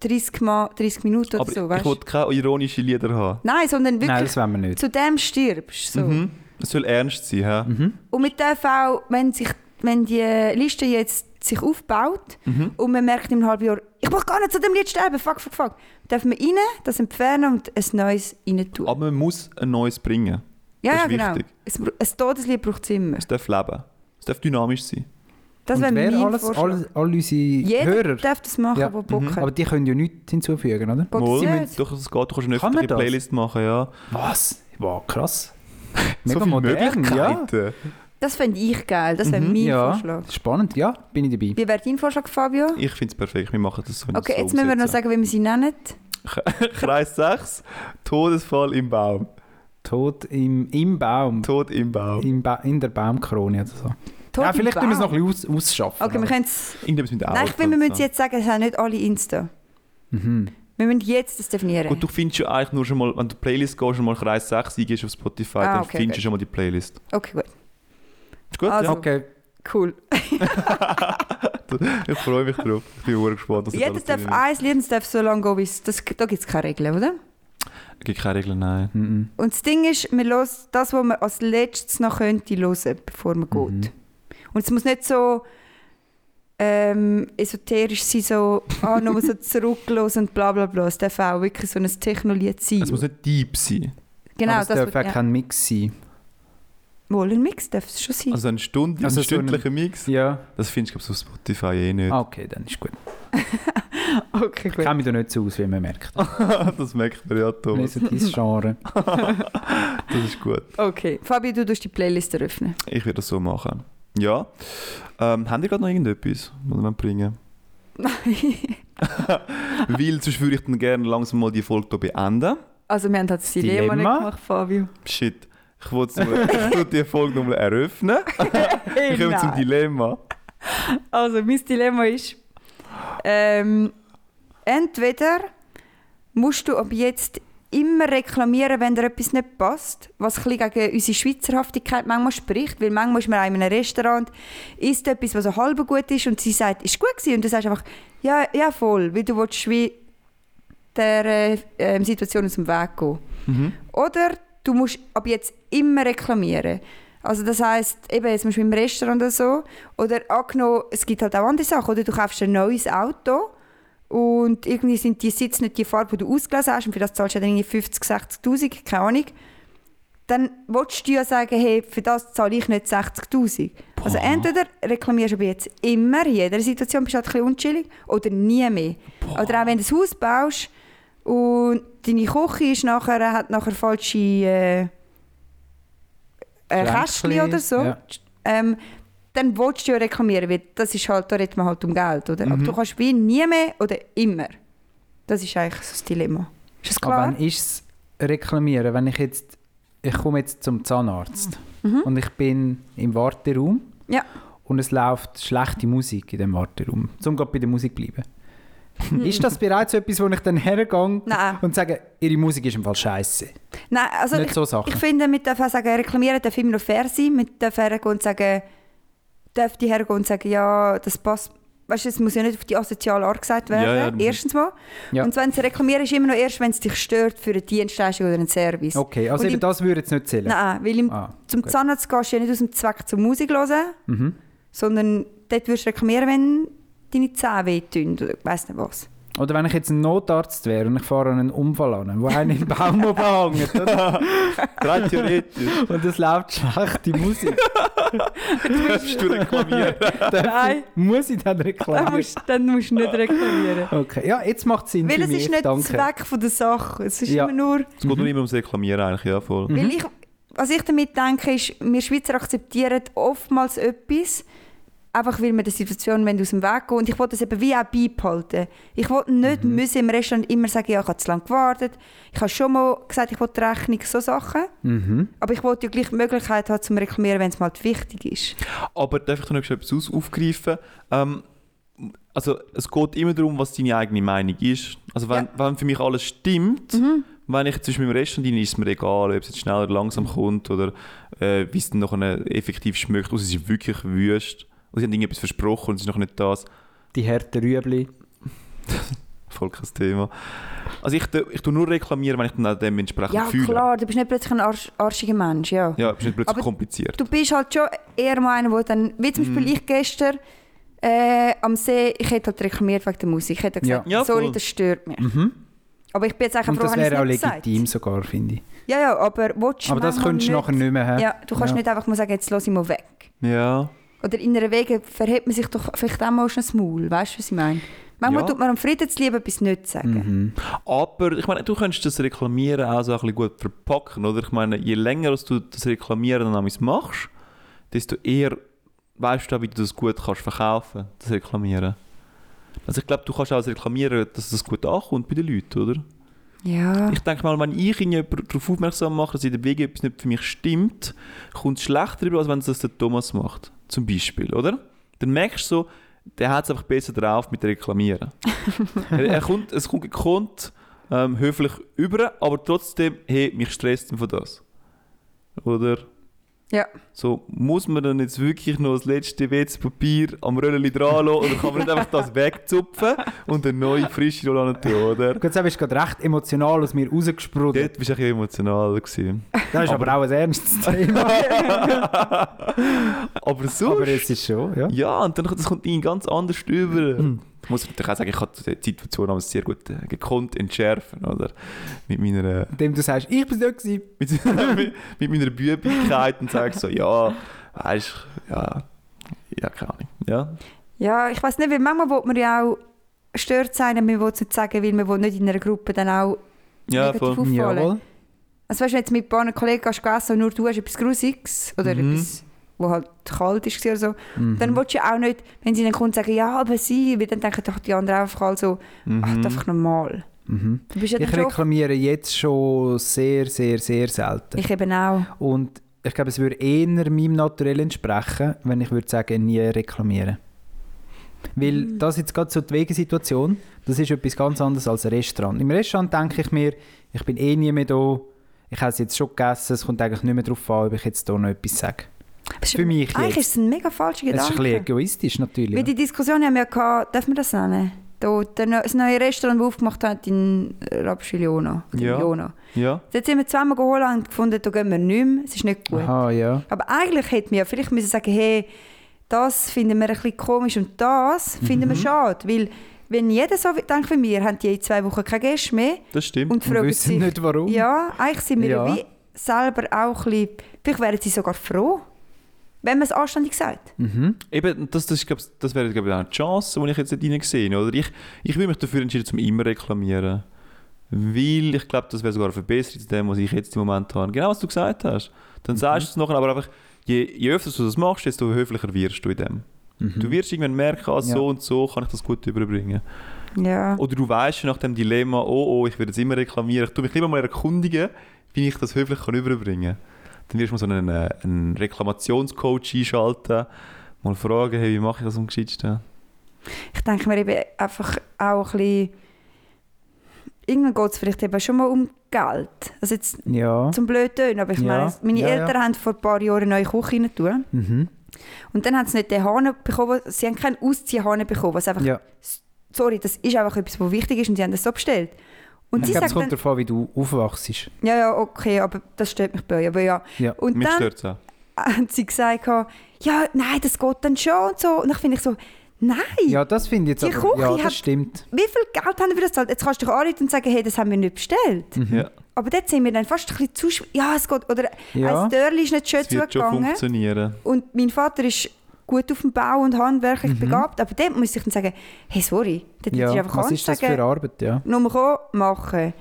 30 mal 30 Minuten
Aber
oder so,
ich
weißt du?
wollte keine ironischen Lieder haben.
Nein, sondern wirklich
Nein, das wollen wir nicht.
zu dem stirbst. So.
Mhm. Es soll ernst sein. hä?
Mhm.
Und wir dürfen auch, wenn, sich, wenn die Liste jetzt sich aufbaut
Mhm.
und man merkt im halben Jahr, ich will gar nicht zu dem Lied sterben, fuck, fuck, fuck, dürfen wir rein, das entfernen und ein neues rein tun. genau.
Aber man muss ein neues bringen. das ist wichtig.
Es, br- ein Todeslied braucht es immer.
Es darf leben. Es darf dynamisch sein.
Das wäre
Und
mein
wer alles,
Vorschlag.
all, all unsere
Jeder
Hörer.
darf das machen,
Ja, Mhm.
wo Bock hat.
Aber die können ja nichts hinzufügen, oder?
Bock
Mal,
ist
wenn
nicht.
es doch es geht, du kannst eine
Kann man
öffentliche
das?
Playlist machen, ja.
Was? Wow, [laughs] krass.
so viele
ja.
Möglichkeiten.
Das fände ich geil. Das wäre mein
Mhm. ja.
Vorschlag.
Spannend, ja, bin ich dabei.
Wie wäre dein Vorschlag, Fabio?
Ich finde es perfekt, wir machen das so. wenn
Okay,
das
jetzt
so
müssen wir noch
umsetzen.
sagen, wie wir sie nennen.
Kreis 6, Todesfall im Baum.
Tod im, im Baum.
Tod im Baum.
Im ba in der Baumkrone oder so.
Tod
ja,
im
vielleicht können wir es noch
Baum.
ein bisschen aus, ausschaffen.
Okay, wir können es...
Irgendetwas mit Auto.
Nein, ich finde, wir
und
müssen
so.
jetzt sagen, es haben nicht alle Insta.
Mhm.
Wir müssen jetzt das definieren.
Gut, du findest ja eigentlich nur schon mal, wenn du die Playlist gehst und mal Kreis 6 eingehst auf Spotify,
Ah,
dann
okay,
findest du
gut.
schon mal die Playlist.
Okay, gut.
Ist gut,
Also.
Okay.
Cool.
ja? Ich freue mich drauf. Ich bin sehr gespannt. was
Also,
das
Jeder
alles
darf
drin ist.
eins Lied und es darf so lange gehen, wie es... das- Da gibt es keine Regeln, oder?
Gibt keine Regeln, nein.
Mhm.
Und das Ding ist, wir hören das, was man als letztes noch könnte hören, bevor man geht.
Mhm.
Und es muss nicht so ähm, esoterisch sein, so ah, nochmal so [laughs] zurücklos und bla bla bla. Es darf auch wirklich so ein Technolied sein.
Es muss nicht deep sein.
genau,
Aber es
das
darf auch
wird, ja.
kein Mix sein.
Wohl ein Mix darf es schon sein.
Also eine Stunde,
Also
ein
so ein-
stündlicher Mix.
Ja.
Das findest du, glaube ich, auf Spotify eh nicht.
Ah, okay, dann ist gut.
okay,
Ich kenne mich da nicht so aus, wie man merkt.
[laughs] das merkt man ja,
Wir
Thomas.
[laughs]
sind dein Genre.
Das ist gut.
Okay. Fabi, du darfst die Playlist eröffnen. [laughs]
Ich werde das so machen. Ja. Ähm, haben ihr gerade noch irgendetwas, was wir [laughs] bringen wollen? Weil sonst würde ich dann gerne langsam mal die Folge hier beenden.
also wir haben halt das Dilemma,
Dilemma?
nicht gemacht, Fabio.
Shit. Ich wollte es nur- ich tu die Folge nochmal eröffnen. Ich komme
Genau.
zum Dilemma.
Also, mein Dilemma ist, ähm, entweder musst du ab jetzt immer reklamieren, wenn dir etwas nicht passt, was ein bisschen gegen unsere Schweizerhaftigkeit manchmal spricht, weil manchmal ist man auch in einem Restaurant, isst etwas, was so halb gut ist und sie sagt, ist gut gewesen und du sagst einfach, ja, ja voll, weil du willst wie der äh, ähm, Situation aus dem Weg gehen.
Mhm.
Oder du musst ab jetzt immer reklamieren. Also das heißt, eben jetzt musst du im Restaurant oder so. Oder angenommen, es gibt halt auch andere Sachen. Oder du kaufst ein neues Auto und irgendwie sind die Sitze nicht die Farbe, die du ausgelesen hast und für das zahlst du dann irgendwie 50, 60'000, keine Ahnung. Dann willst du ja sagen, hey, für das zahle ich nicht 60'000. Also entweder reklamierst du aber jetzt immer, in jeder Situation bist du halt ein bisschen unchillig oder nie mehr. Oder auch wenn du ein Haus baust und deine Küche ist nachher, hat nachher falsche äh, äh,
Schränkchen,
Kästchen oder so,
ja.
ähm, dann willst du ja reklamieren, weil das ist halt, da redet man halt um Geld, oder? Aber
Mhm.
du kannst wie nie mehr oder immer. Das ist eigentlich so das Dilemma. Ist das
Aber
klar?
wann ist es reklamieren? Wenn ich jetzt, ich komme jetzt zum Zahnarzt
Mhm.
und ich bin im Warteraum
Ja.
und es läuft schlechte Musik in dem Warteraum, zum gerade bei der Musik bleiben. ist das bereits etwas, wo ich dann hergehe
Mhm. Nein.
und sage, ihre Musik ist im Fall scheiße?
Nein, also
Nicht
ich,
so Sachen.
ich finde, wir dürfen auch sagen, reklamieren darf immer noch fair sein. Wir dürfen hergehen und sagen, darf die hergehen und sagen, ja, das passt. Weißt du, es muss ja nicht auf die asoziale Art gesagt werden.
Ja, ja, du musst-
erstens mal.
Ja.
Und wenn sie reklamieren, ist immer noch erst, wenn es dich stört für eine Dienstleistung oder einen Service.
okay, also
Und
eben
im-
das würde jetzt nicht zählen.
Nein, weil im,
Ah,
zum
gut.
Zahnarzt gehst du ja nicht aus dem Zweck zur Musik hören,
Mhm.
sondern dort wirst du reklamieren, wenn deine Zähne wehtun oder ich weiss nicht was.
Oder wenn ich jetzt ein Notarzt wäre und ich fahre an einen Unfall an, wo einer im Baum oben hängt
Rein [laughs] theoretisch.
und es läuft schlechte
[laughs]
Musik,
Darfst du reklamieren?
Nein,
muss ich
[laughs]
dann
dann
reklamieren?
musst, dann musst du nicht reklamieren.
Okay, ja, jetzt macht es Sinn
Weil
für
es
mich.
ist nicht
Danke.
Zweck von der Sache. Es ist
Ja. Mhm.
immer nur.
Es geht nur immer ums Reklamieren eigentlich, ja voll.
Weil ich, was ich damit denke, ist, wir Schweizer akzeptieren oftmals etwas, einfach weil wir der Situation wenn aus dem Weg gehen. Und ich wollte das eben wie auch beibehalten. Ich wollte nicht
Mhm.
müssen im Restaurant immer sagen, ja, ich habe zu lange gewartet. Ich habe schon mal gesagt, ich wollte Rechnung, so Sachen.
Mhm.
Aber ich wollte ja gleich die Möglichkeit haben, zum reklamieren, wenn es mal wichtig ist.
Aber darf ich da noch etwas aus- aufgreifen? Ähm, also es geht immer darum, was deine eigene Meinung ist. Also wenn, wenn für mich alles stimmt,
Mhm.
wenn ich zwischen meinem Restaurant rein, ist es mir egal, ob es jetzt schnell oder langsam kommt oder äh, wie es dann nachher effektiv schmeckt. Also es ist wirklich wüst. Und sie haben irgendetwas versprochen und es ist noch nicht das.
Die harten Rüebli.
Voll kein Thema. Also ich, tu- ich tue nur reklamieren, wenn ich dann auch dementsprechend
Ja,
fühle.
klar, du bist nicht plötzlich ein arsch, arschiger Mensch, ja.
Ja, es ist nicht plötzlich
Aber
kompliziert.
Du bist halt schon eher mal einer, der dann, wie
Mm.
zum Beispiel ich gestern äh, am See, ich hätte halt reklamiert wegen der Musik. Ich hätte gesagt,
Ja. Ja,
sorry,
voll.
das stört mich.
Mhm.
Aber ich bin jetzt eigentlich
Und
froh,
das
habe ich
wäre auch
es nicht
legitim sogar, finde ich.
gesagt. Ja, ja, eh, aber willst du
Aber das
manchmal
könntest du nachher nicht mehr haben.
Ja, du kannst
Ja.
nicht einfach mal sagen, jetzt lass ich mal weg.
Ja.
Oder in einer Wege verhält man sich doch vielleicht auch mal schon das Maul, weißt du, was ich meine? Manchmal
Ja.
tut man am Frieden zu lieben etwas nicht sagen.
Mhm.
Aber ich meine, du könntest das Reklamieren auch so ein bisschen gut verpacken, oder? Ich meine, je länger als du das Reklamieren dann amigs machst, desto eher weißt du auch, wie du das gut kannst verkaufen, das Reklamieren. Also ich glaube, du kannst auch als Reklamieren, dass das gut ankommt bei den Leuten, oder?
Ja.
Ich denke mal, wenn ich irgendjemand darauf aufmerksam mache, dass in der WG etwas nicht für mich stimmt, kommt es schlechter rüber, als wenn es das der Thomas macht, zum Beispiel, oder? Dann merkst du so, der hat es einfach besser drauf mit Reklamieren. er, er kommt, es kommt gekonnt, ähm, höflich über, aber trotzdem, hey, mich stresst von das. Oder?
Ja.
So, muss man dann jetzt wirklich noch das letzte WC-Papier am Röllchen dran lassen, oder kann man nicht einfach das wegzupfen und eine neue, frische Rolle hin tun, oder?
Gut, jetzt bist du gerade recht emotional aus mir rausgesprudelt.
Dort bist du ein bisschen emotional. Gewesen.
Das ist aber, auch ein [laughs]
[laughs]
ernstes Thema.
Aber sonst...
aber es ist schon, ja.
ja, und dann kommt- das kommt ihn ganz anders über.
Hm.
Da muss ich natürlich auch sagen, ich habe die Situation damals sehr gut äh, gekonnt entschärfen, oder? Mit meiner... [laughs] äh,
Indem du sagst, ich bin dort gewesen.
Mit, [laughs] mit meiner Bübigkeit und sage so, ja, weißt du, ja... Ja, keine Ahnung. Ja.
Ja, ich weiß nicht, weil manchmal will man ja auch stört sein, aber man will es nicht sagen, weil man will nicht in einer Gruppe dann auch
Ja,
negativ
voll.
auffallen.
Jawohl.
Also weißt du, wenn jetzt mit ein paar Kollegen gehst du essen und nur du hast etwas Grusiges oder
Mhm.
etwas, wo halt kalt ist oder so,
Mhm.
dann willst du ja auch
Mhm.
nicht, wenn sie dann kommt, sagen, ja, aber sie, weil dann denken doch die anderen einfach alle so, ach, das ist einfach normal.
Mhm.
Du bist ja
Ich
dann schon-
reklamiere jetzt schon sehr, sehr, sehr selten.
Ich eben auch.
Und ich glaube, es würde eher meinem Naturell entsprechen, wenn ich würde sagen, nie reklamieren. Weil
Mhm.
das jetzt gerade so die Wegesituation, das ist etwas ganz anderes als ein Restaurant. Im Restaurant denke ich mir, ich bin eh nie mehr da, ich habe es jetzt schon gegessen, es kommt eigentlich nicht mehr darauf an, ob ich jetzt hier noch etwas sage.
Das ist-
Für mich
Eigentlich
jetzt.
ist es ein mega falscher
Es ist ein
Gedanke.
bisschen egoistisch natürlich.
Weil die Diskussion haben wir ja gehabt, darf man das nennen? Da, der, neu- das neue Restaurant, das wir aufgemacht haben in Rapschiliona.
Ja. Ja.
Jetzt sind wir zweimal geholt und haben gefunden, da gehen wir nicht mehr, es ist nicht gut.
Aha, ja.
Aber eigentlich hätten wir ja vielleicht müssen sagen, hey, das finden wir ein bisschen komisch und das finden
Mhm.
wir schade. Weil wenn jeder so denkt wie wir, haben die in zwei Wochen keine Gäste mehr
Das stimmt.
und
Wir
fragen
wissen
sich...
nicht warum.
Ja, eigentlich sind wir ja.
Ja.
wie selber auch ein bisschen... Vielleicht wären sie sogar froh, wenn man es anständig sagt.
Mhm.
Eben, das, das, ist, glaub, ich, das wäre glaub, ich, auch eine Chance, die ich jetzt nicht gesehen oder ich, ich würde mich dafür entscheiden, zum immer reklamieren. Weil ich glaube, das wäre sogar eine Verbesserung zu dem, was ich jetzt im Moment habe. Genau, was du gesagt hast.
Mhm.
Dann sagst du es nachher, aber einfach, je, je öfter du das machst, desto höflicher wirst du in dem.
Mhm.
Du wirst irgendwann merken, ah, so
Ja.
und so kann ich das gut überbringen.
Ja.
Oder du weißt schon nach dem Dilemma, oh, oh, ich werde jetzt immer reklamieren. Ich tue mich lieber mal erkundigen, wie ich das höflich kann überbringen kann. Dann wirst du mal so einen, äh, einen Reklamationscoach einschalten, mal fragen, hey, wie mache ich das am geschicktesten?
Ich denke mir eben einfach auch ein bisschen... Irgendwann geht es vielleicht eben schon mal um Geld. Also jetzt
Ja.
zum Blödtönen, aber ich
Ja.
meine, meine
Ja, ja.
Eltern haben vor ein paar Jahren eine neue Küche rein tun.
Mhm.
Und dann haben sie nicht den Hahn bekommen, sie haben keinen Ausziehhahn bekommen, was einfach,
ja.
sorry, das ist einfach etwas, was wichtig ist und sie haben das so bestellt. Und
Ich
sie
glaube,
sagen
es kommt
dann,
darauf an, wie du aufwachst.
ja, ja, okay, aber das stört mich bei euch, aber ja.
Ja.
Und
Mich
dann
stört es auch.
haben sie gesagt, ja, nein, das geht dann schon und so. Und dann finde ich so, nein,
Ja, das finde ich jetzt
Die
aber,
Küche
ja, das
hat-
stimmt.
wie viel Geld haben wir das gezahlt? Jetzt kannst du dich anrufen und sagen, hey, das haben wir nicht
Hm.
bestellt.
Ja,
Aber dort sind wir dann fast ein bisschen zu, sch- ja, es geht, oder
Ja.
ein Dörrli ist nicht schön
es wird schon
zugegangen.
funktionieren.
Und mein Vater ist gut auf dem Bau und handwerklich begabt, aber dort muss ich dann sagen, hey, sorry, dort
Mhm. Ja.
hättest du einfach
Was
anders
ist das
sagen,
für eine Arbeit? Ja.
nur kommen, machen.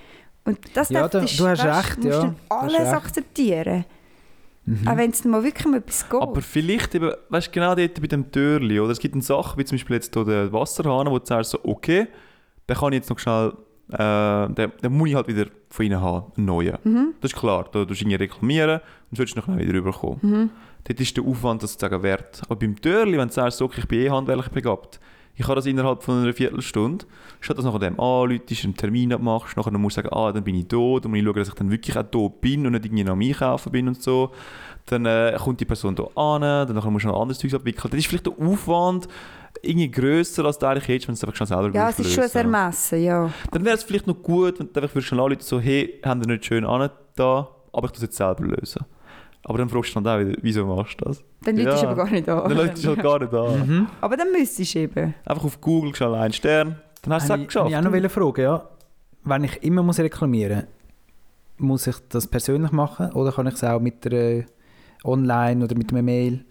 Und das
Ja,
darf-
da-
das-
du hast
weißt,
recht,
musst
ja.
dann
Du hast
alles
recht. Mhm.
akzeptieren. Auch wenn es dann mal wirklich um etwas geht.
Aber vielleicht eben, weißt du, genau dort bei dem Türli, oder? Es gibt eine Sache, wie zum Beispiel jetzt hier den Wasserhahn, wo du sagst, so, okay, den kann ich jetzt noch schnell, äh, den, den muss ich halt wieder von innen haben, einen neuen. Das ist klar, da tust du ihn reklamieren und sollst noch wieder rüberkommen. Dort ist der Aufwand das sozusagen wert. Aber beim Türli, wenn du sagst, so, okay, ich bin eh handwerklich begabt, ich habe das innerhalb von einer Viertelstunde, statt dass du nachher dem anläutest, einen Termin abmachst, nachher musst du sagen, ah, dann bin ich da, dann muss ich schauen, dass ich dann wirklich auch da bin und nicht irgendwie noch am Einkaufen bin und so dann äh, kommt die Person hier an, dann nachher musst du noch anderes Zeug abwickeln. Dann ist vielleicht der Aufwand irgendwie grösser, als du eigentlich hättest, wenn du es einfach schon selber
ja, es
würdest
ist schon ein
lösen.
Ermessen, ja.
Dann wäre es vielleicht noch gut, wenn du einfach würdest anrufen so, hey, haben wir nicht schön an da, aber ich muss jetzt selber lösen. Aber dann fragst du dann auch wieder, wieso machst du das?
Dann läutest
Ja.
du aber gar nicht an.
Dann läuft
[laughs]
es halt gar nicht an.
aber dann müsstest du eben.
Einfach auf Google schnell einen Stern, dann hast du es auch
Habe ich, habe
geschafft.
ich auch noch wollte fragen, ja. Wenn ich immer muss reklamieren muss, ich das persönlich machen oder kann ich es auch mit einer Online oder mit einer Mail?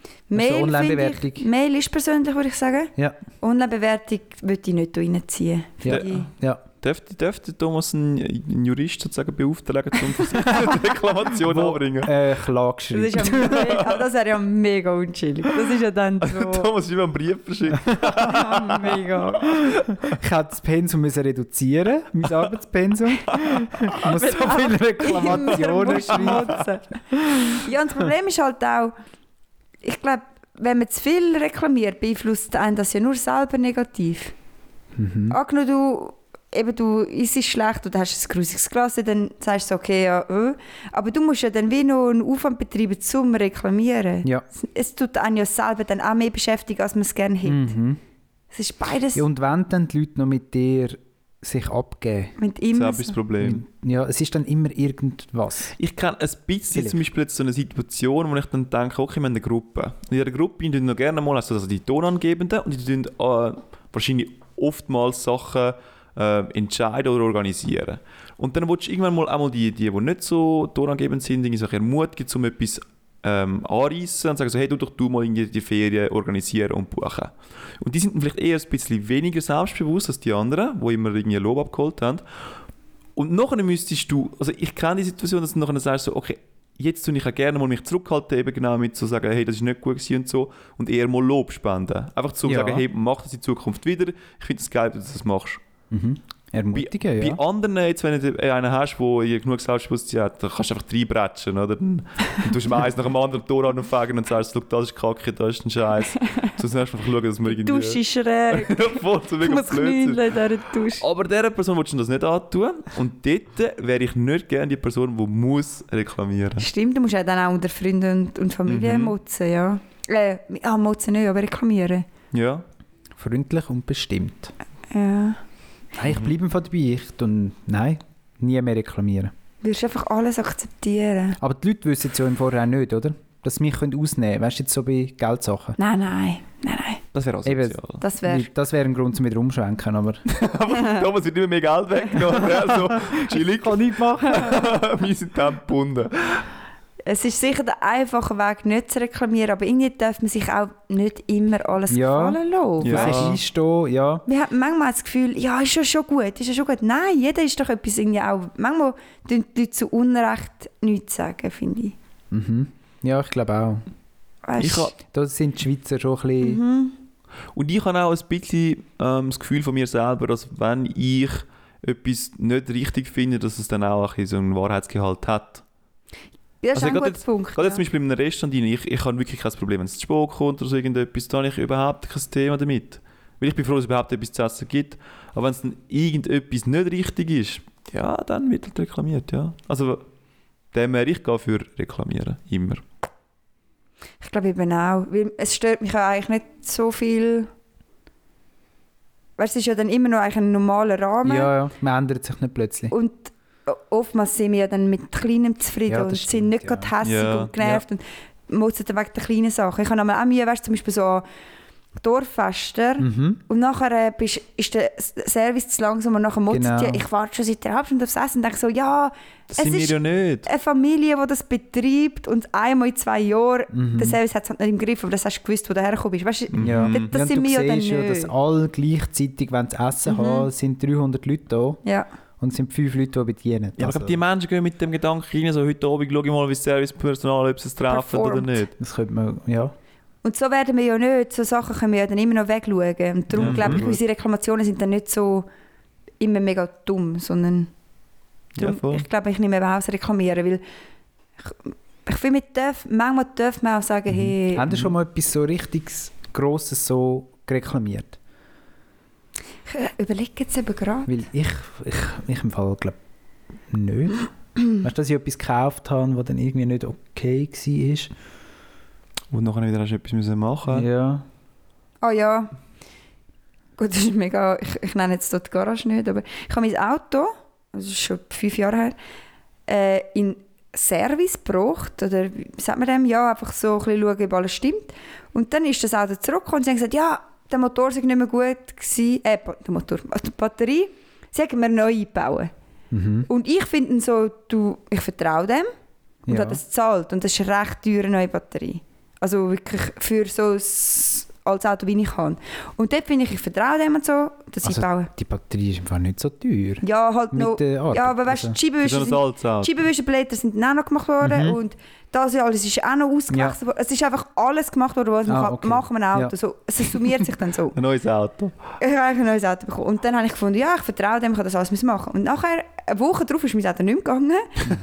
Also
Mail, finde ich,
Online-Bewertung.
Mail ist persönlich, würde ich sagen.
Ja.
Online-Bewertung würde ich nicht da reinziehen. Für
Ja.
die-
Ja.
Dürfte, dürfte Thomas einen, einen Jurist sozusagen beauftragen, um [laughs] für sich eine Reklamation anbringen?
Äh, klar
Das, ist ja [laughs]
geschrieben.
mega, aber das wäre ja mega unschillig. Das ist ja
[laughs]
dann so
Thomas, wie man einen Brief verschickt.
mega.
Ich hätte das Pensum müssen reduzieren,
[laughs]
mein Arbeitspensum. Ich muss so viele
Immer
Reklamationen
musst
schreiben.
motzen. Ja, und das Problem ist halt auch, ich glaube, wenn man zu viel reklamiert, beeinflusst einen das ja nur selber negativ.
Mhm.
Angenommen, du eben du isst schlecht oder hast ein grusiges Glas, dann sagst du so, okay, ja, äh. aber du musst ja dann wie noch einen Aufwand betreiben, zum reklamieren.
Ja.
Es, es tut einen ja selber dann auch mehr beschäftigen, als man es gerne hätte.
Mhm.
Es ist beides
Ja, und wenn dann die Leute noch mit dir sich abgeben?
mit
Das ist auch
immer
ein
so.
Problem.
Ja, es ist dann immer irgendwas.
Ich kenne ein bisschen
Vielleicht.
zum Beispiel jetzt so eine Situation, wo ich dann denke, okay, wir haben eine Gruppe. In dieser Gruppe tun noch gerne mal also die Tonangebenden und die tun äh, wahrscheinlich oftmals Sachen äh, entscheiden oder organisieren. Und dann willst du irgendwann mal einmal die, die, die nicht so tonangebend sind, irgendwie so ein ermutigen, um etwas ähm, anreißen und sagen so, hey, du doch du mal irgendwie die Ferien organisieren und buchen. Und die sind dann vielleicht eher ein bisschen weniger selbstbewusst als die anderen, die immer irgendwie Lob abgeholt haben. Und nachher müsstest du, also ich kenne die Situation, dass du nachher sagst, so, okay, jetzt tue ich auch gerne mal mich zurückhalten, eben genau mit zu sagen, hey, das ist nicht gut gewesen und so, und eher mal Lob spenden. Einfach zu
Ja.
sagen, hey, mach das in Zukunft wieder, ich finde es geil, dass du das machst.
Ermutigen,
Bei
ja.
anderen, jetzt, wenn du äh, einen hast, der genug Selbstbewusstsein hat, dann kannst du einfach reinbretschen, oder?
[laughs]
Dann dann tust du ihm eins nach dem anderen Tor anfangen und sagst, «Schau, das ist Kacke, das ist ein Scheiß. Sonst musst du einfach schauen, dass wir [laughs] irgendwie...
Dusche ist schräg.
[laughs] Voll, so
Ich
mega
[laughs] muss
blöd
knüllen
sind.
in dieser Dusche.
Aber dieser Person willst du das nicht antun. Und dort wäre ich nicht gerne die Person, die muss reklamieren muss.
Stimmt, du musst ja dann auch unter Freunden und, und Familie
Mhm.
motzen, ja. Äh, ah, motzen nicht, aber reklamieren.
Ja.
Freundlich und bestimmt.
Äh, Ja.
Nein,
mhm.
ich bleibe einfach dabei. Ich tun, nein, nie mehr reklamieren.
Du wirst einfach alles akzeptieren.
Aber die Leute wissen es ja im Vorhinein nicht, oder? Dass sie mich können ausnehmen können. Weißt du, jetzt so bei Geldsachen.
Nein, nein, nein, nein.
Das wäre auch
Eben.
sozial.
Das wäre.
Das wäre ein Grund, um wieder umschwenken.
[laughs]
Aber
Thomas wird immer mehr Geld [laughs] weggenommen. Also, chillig. Kann ich machen. [laughs] Wir sind dann gebunden.
Es ist sicher der einfache Weg, nicht zu reklamieren, aber irgendwie darf man sich auch nicht immer alles
Ja.
gefallen lassen.
Ja.
ja.
weißt?
das ist einstehen, ja.
Wir haben manchmal das Gefühl, ja, ist ja schon gut, ist ja schon gut. Nein, jeder ist doch etwas irgendwie auch. Manchmal tun die Leute zu Unrecht nichts sagen, finde ich.
Mhm. Ja, ich glaube auch.
Weißt,
Ich hab-
Da sind die Schweizer schon ein bisschen...
Mhm.
Und ich habe auch ein bisschen ähm, das Gefühl von mir selber, dass wenn ich etwas nicht richtig finde, dass es dann auch ein bisschen so einen Wahrheitsgehalt hat.
Das ist
Also
auch ein
gerade
guter Punkt.
Gerade
ja.
jetzt zum Beispiel in einem Restaurant, rein, ich, ich habe wirklich kein Problem, wenn es zu Sport kommt oder so irgendetwas, da habe ich überhaupt kein Thema damit. Weil ich bin froh, dass es überhaupt etwas zu essen gibt. Aber wenn es dann irgendetwas nicht richtig ist, ja, dann wird halt reklamiert, ja. Also, dem wäre ich gehe für reklamieren, immer.
Ich glaube eben auch. Weil es stört mich ja eigentlich nicht so viel. Weißt du, es ist ja dann immer noch eigentlich ein normaler Rahmen.
Ja, ja. Man ändert sich nicht plötzlich.
Und oftmals sind wir ja dann mit Kleinem zufrieden
Ja, das
und sind
stimmt,
nicht
ja.
gerade hässig
Ja.
und genervt und motzen dann wegen der kleinen Sachen. Ich habe einmal auch Mühe, weißt, du, zum Beispiel so an Dorffester.
Mhm.
Und nachher äh, bist, ist der S- Service zu langsam und nachher motzen
Genau.
die. Ich warte schon seit der Halbstunde aufs Essen und denke so, ja,
Das
Es
sind wir
ist-
ja nicht.
eine Familie, die das betreibt und einmal in zwei Jahren,
Mhm.
der Service hat es halt nicht im Griff, aber das hast du gewusst, wo du hergekommen bist. Weißt, du,
Ja.
Mhm.
Das- das
ja, und
sind
du
wir ja dann
siehst ja, dass
nicht.
alle gleichzeitig, wenn sie Essen
Mhm.
haben, sind 300 Leute da
ja.
und es sind fünf Leute, die bedienen.
Ja, aber ich
Also
glaube, die Menschen gehen mit dem Gedanken rein, so heute Abend schaue ich mal, wie das Servicepersonal, ob sie es treffen oder
Performt.
nicht.
das könnte man, ja.
Und so werden wir ja nicht, so Sachen können wir ja dann immer noch wegschauen. Und darum
Ja,
glaube ich,
gut.
unsere Reklamationen sind dann nicht so immer mega dumm, sondern
Ja,
darum-
voll.
ich glaube, ich nehme eben auch das Reklamieren, weil ich, ich finde, man darf, manchmal darf man auch
Mhm.
sagen, hey,
Haben Sie schon mal etwas so richtig Grosses so reklamiert?
ich äh, überlege jetzt eben gerade.
Weil ich, ich, ich im Fall glaube
[clears throat]
nicht. weißt du, dass ich etwas gekauft habe, was dann irgendwie nicht okay war?
Und nachher wieder hast du etwas müssen machen
Ja.
Ah ja. Gut, das ist mega. Ich, ich nenne jetzt dort die Garage nicht, aber ich habe mein Auto, das ist schon fünf Jahre her, äh, in Service gebracht. Oder wie sagt man dem? Ja, einfach so ein bisschen schauen, ob alles stimmt. Und dann ist das Auto zurückgekommen und sie haben gesagt, ja, der Motor sei nicht mehr gut gewesen. Äh, ba- der Motor, [laughs] die Batterie. Sie haben mir neu einbauen.
Mhm.
Und ich finde so, du, ich vertraue dem und
ja.
hat das gezahlt. Und das ist eine recht teure neue Batterie. Also wirklich für so s- als Auto, wie ich kann. Und dort finde ich, ich vertraue dem und so, dass sie
Also-
bauen.
Die Batterie ist einfach nicht so teuer.
Ja, halt noch.
Mit der Arbeit.
Ja, aber weißt du,
also,
die
Für so
Scheibenwischer
ein
sind-
altes Auto.
die Scheibenwischerblätter sind auch noch gemacht worden
Mhm.
und das hier alles ist auch noch ausgewechselt worden. Es ist einfach alles gemacht worden, was man
Ah,
kann
okay.
machen kann mit einem Auto.
Ja.
So, es summiert sich dann so.
Ein neues Auto.
Ich habe eigentlich ein neues Auto bekommen. Und dann habe ich gefunden, ja, ich vertraue dem, ich kann das alles müssen machen. Und nachher, eine Woche darauf ist mein Auto nicht mehr gegangen.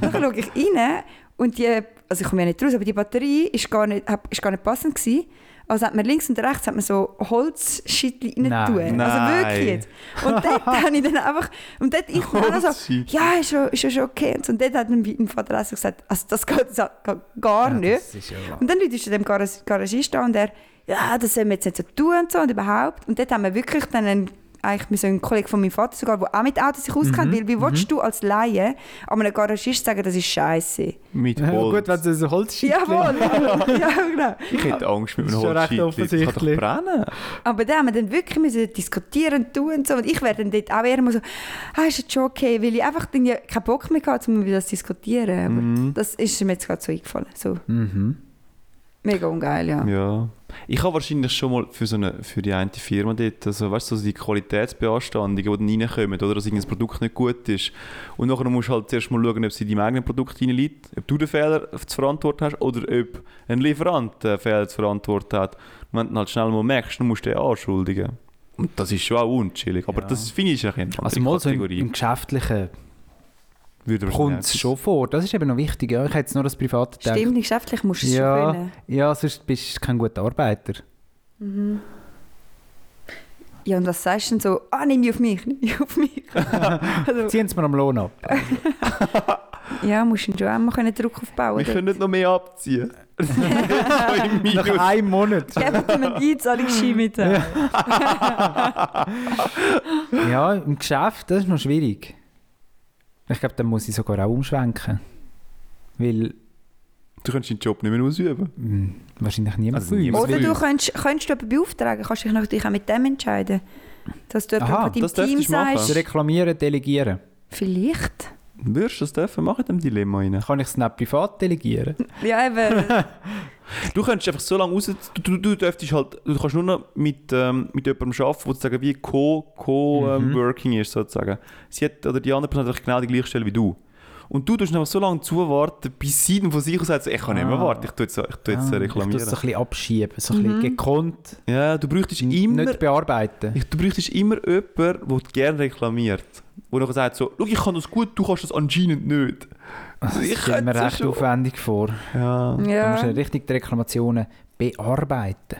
dann schaue ich rein und die, also ich komme ja nicht raus, aber die Batterie ist gar nicht, hab- ist gar nicht passend gewesen. Also hat man links und rechts hat man so Holzschittli rein
Nein.
tun. Also
Nein.
wirklich jetzt. Und
[laughs]
dort habe ich dann einfach, und dort, ich bin auch noch so,
Holzschittli.
ja, ist schon, ist ja schon okay. Und, so. und dort hat mein mein Vater also gesagt, also das geht, das geht gar
Ja,
nicht.
das ist ja
Und dann läutest du dem Garas- Garagisten an und er, ja, das sollen wir jetzt nicht so tun und so und überhaupt. Und dort haben wir wirklich dann einen, eigentlich mit so einem Kollegen von meinem Vater sogar, der auch mit Autos sich auskennt, weil wie willst du als Laie an einem Garagist sagen, das ist scheiße?
Mit
[laughs] Ja,
Holz.
gut, wenn sie so Holz
Jawohl, ja genau.
ich hätte Angst mit einem
Ist schon
Holzschild.
recht
Ich kann doch
offensichtlich.
brennen.
Aber da haben wir dann wirklich müssen diskutieren und tun und so. Und ich werde dann dort auch eher mal so, ah, ist jetzt schon okay, weil ich einfach dann ja keinen Bock mehr hatte, um über das zu diskutieren. Aber
Mhm.
das ist mir jetzt gerade so eingefallen. So,
Mhm.
mega ungeil, ja.
Ja. Ich habe wahrscheinlich schon mal für, so eine, für die eine Firma dort, also weißt du, so die Qualitätsbeanstandungen, die dann reinkommen, oder dass irgendein Produkt nicht gut ist. Und nachher musst du halt zuerst mal schauen, ob es in deinem eigenen Produkt reinliegt, ob du den Fehler zu verantworten hast oder ob ein Lieferant den Fehler zu verantworten hat. Und wenn du dann halt schnell mal merkst, dann musst du den anschuldigen. Und das ist schon auch unchillig. Aber
Ja.
das finde ich eine andere
Also mal so im, im Geschäftlichen
Würde
kommt es schon vor. Das ist eben noch wichtig. Ja. Ich hätte jetzt nur das Private gedacht.
Stimmt, geschäftlich musst du es schon
Ja,
können.
ja, sonst bist du kein guter Arbeiter.
Ja, und was sagst du denn so? Ah, nimm mich auf mich, nimm mich auf
[laughs]
mich. also,
Ziehen Sie mir am
[laughs]
Lohn ab.
ja, musst du schon auch mal können Druck aufbauen
Wir können nicht noch mehr [laughs] abziehen. Schon im
Nach
Minus.
einem Monat.
Gebt ihm einen
[laughs]
Einzahlungsschein mit.
Ja, im Geschäft, das ist noch schwierig. Ich glaube, dann muss ich sogar auch umschwenken. Weil
Du könntest deinen Job nicht mehr ausüben.
mh, wahrscheinlich niemand
Also
von uns.
niemand.
Oder du
will.
könntest, könntest du jemanden beauftragen, kannst dich natürlich auch mit dem entscheiden. Dass du jemanden
Aha,
von deinem
das
Team
dürftest du machen.
Also
sagst,
reklamieren, delegieren.
vielleicht.
Würdest du das dürfen? Mach in diesem Dilemma rein.
Dann kann ich es nicht privat delegieren.
Ja, [laughs] eben.
Du könntest einfach so lange raus... Du, du, du dürftest halt... Du kannst nur noch mit, ähm, mit jemandem arbeiten, wo sozusagen wie Co-
Mhm.
Co-Working ist, sozusagen. Sie hat, oder die andere Person hat einfach genau die gleiche Stelle wie du. Und du tust einfach so lange zuwarten, bis sie dann von sich aus sagt, ich kann nicht mehr
Ah.
warten, ich tue jetzt, ich tue jetzt
Ah, Ich
reklamieren.
muss es so ein bisschen abschieben, so ein
Mhm.
bisschen gekonnt.
ja, du bräuchtest immer...
Nicht bearbeiten.
Ich, du bräuchtest immer jemanden, der gerne reklamiert. Der nachher sagt so, «Schau, ich kann das gut, du kannst das anscheinend nicht.
Das
ich
stelle mir
könnte es
recht
schon.
aufwendig vor.
Ja.
Da musst
ja.
du richtig die Reklamationen bearbeiten.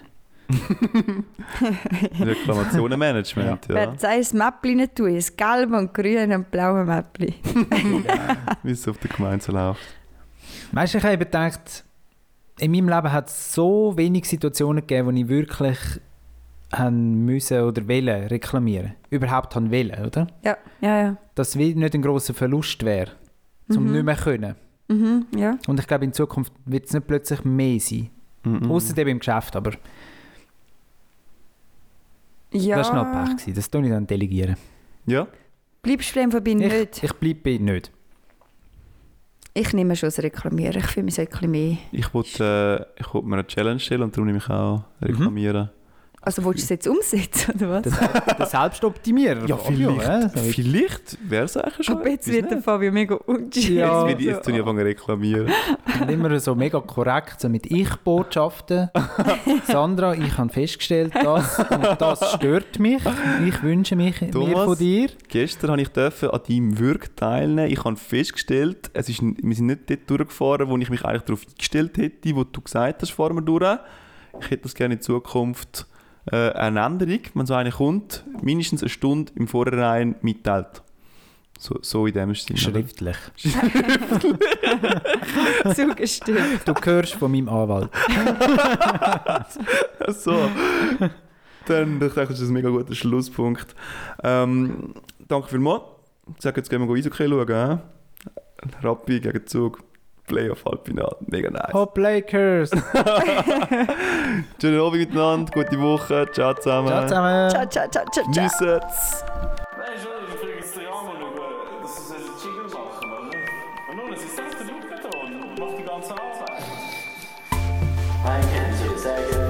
[laughs] Reklamationenmanagement, ja.
Wer sagt, das Mäppli nicht tun, das gelbe und grüne und blaue Mäppli.
Wie es auf der Gemeinde so läuft.
Weißt du, ich habe eben gedacht, in meinem Leben hat es so wenig Situationen gegeben, wo ich wirklich haben müssen oder wollen reklamieren. Überhaupt haben wollen, oder?
Ja, ja, ja.
Dass es wie nicht ein grosser Verlust wäre, zum
Mhm.
nicht mehr können.
Mhm, ja.
Und ich glaube, in Zukunft wird es nicht plötzlich mehr sein.
Mhm.
Außer eben im Geschäft, aber
ja.
das war noch Pech. Gewesen. Das tue ich dann delegieren.
Ja,
Bleibst du von bin
Ich,
nicht?
ich bleibe bei
[laughs]
nicht.
Ich nehme schon das Reklamieren. Ich fühle mich so ein bisschen mehr.
ich wollte äh, ich wollte mir eine Challenge stellen und darum nehme ich auch reklamieren.
Also willst du es jetzt umsetzen, oder was?
Das, der Selbstoptimierer.
Ja,
Fabio, hä? So wie-
Vielleicht wäre es eigentlich schon.
Aber jetzt
Weiß
wird der
nicht.
Fabio mega ungeschickt.
Ja.
Jetzt wird jetzt [laughs] tue ich anfangen zu reklamieren.
Und immer so mega korrekt, so mit Ich-Botschaften. Sandra, ich habe festgestellt, das und das stört mich. Ich wünsche mich mehr
Thomas?
von dir.
Gestern habe ich dürfen an deinem Work teilnehmen. Ich habe festgestellt, es ist, wir sind nicht dort durchgefahren, wo ich mich eigentlich darauf eingestellt hätte, wo du gesagt hast, fahren wir durch. Ich hätte das gerne in Zukunft äh, eine Änderung, wenn so eine kommt, mindestens eine Stunde im Vorhinein mitteilt. So, so in dem Stil.
Schriftlich.
zugestimmt.
Du hörst von meinem Anwalt.
[laughs] so. Dann das denke ich, das ist ein mega guter Schlusspunkt. Ähm, danke vielmals. Ich sage, jetzt gehen wir Eishockey schauen. hä? Rappi gegen Zug. Playoff Halbfinale. Mega nice.
Hop Lakers!
Schönen Abend miteinander. Gute Woche. Ciao zusammen.
Ciao zusammen!
Ciao, ciao, ciao, ciao, ciao.
Geniessen's.
Nein, schon, ich kriege es ja mal über, dass sie einen Jingle machen, oder? Und nun, es ist selbst der Luke da und macht die ganze Arbeit.
I can't say it's again.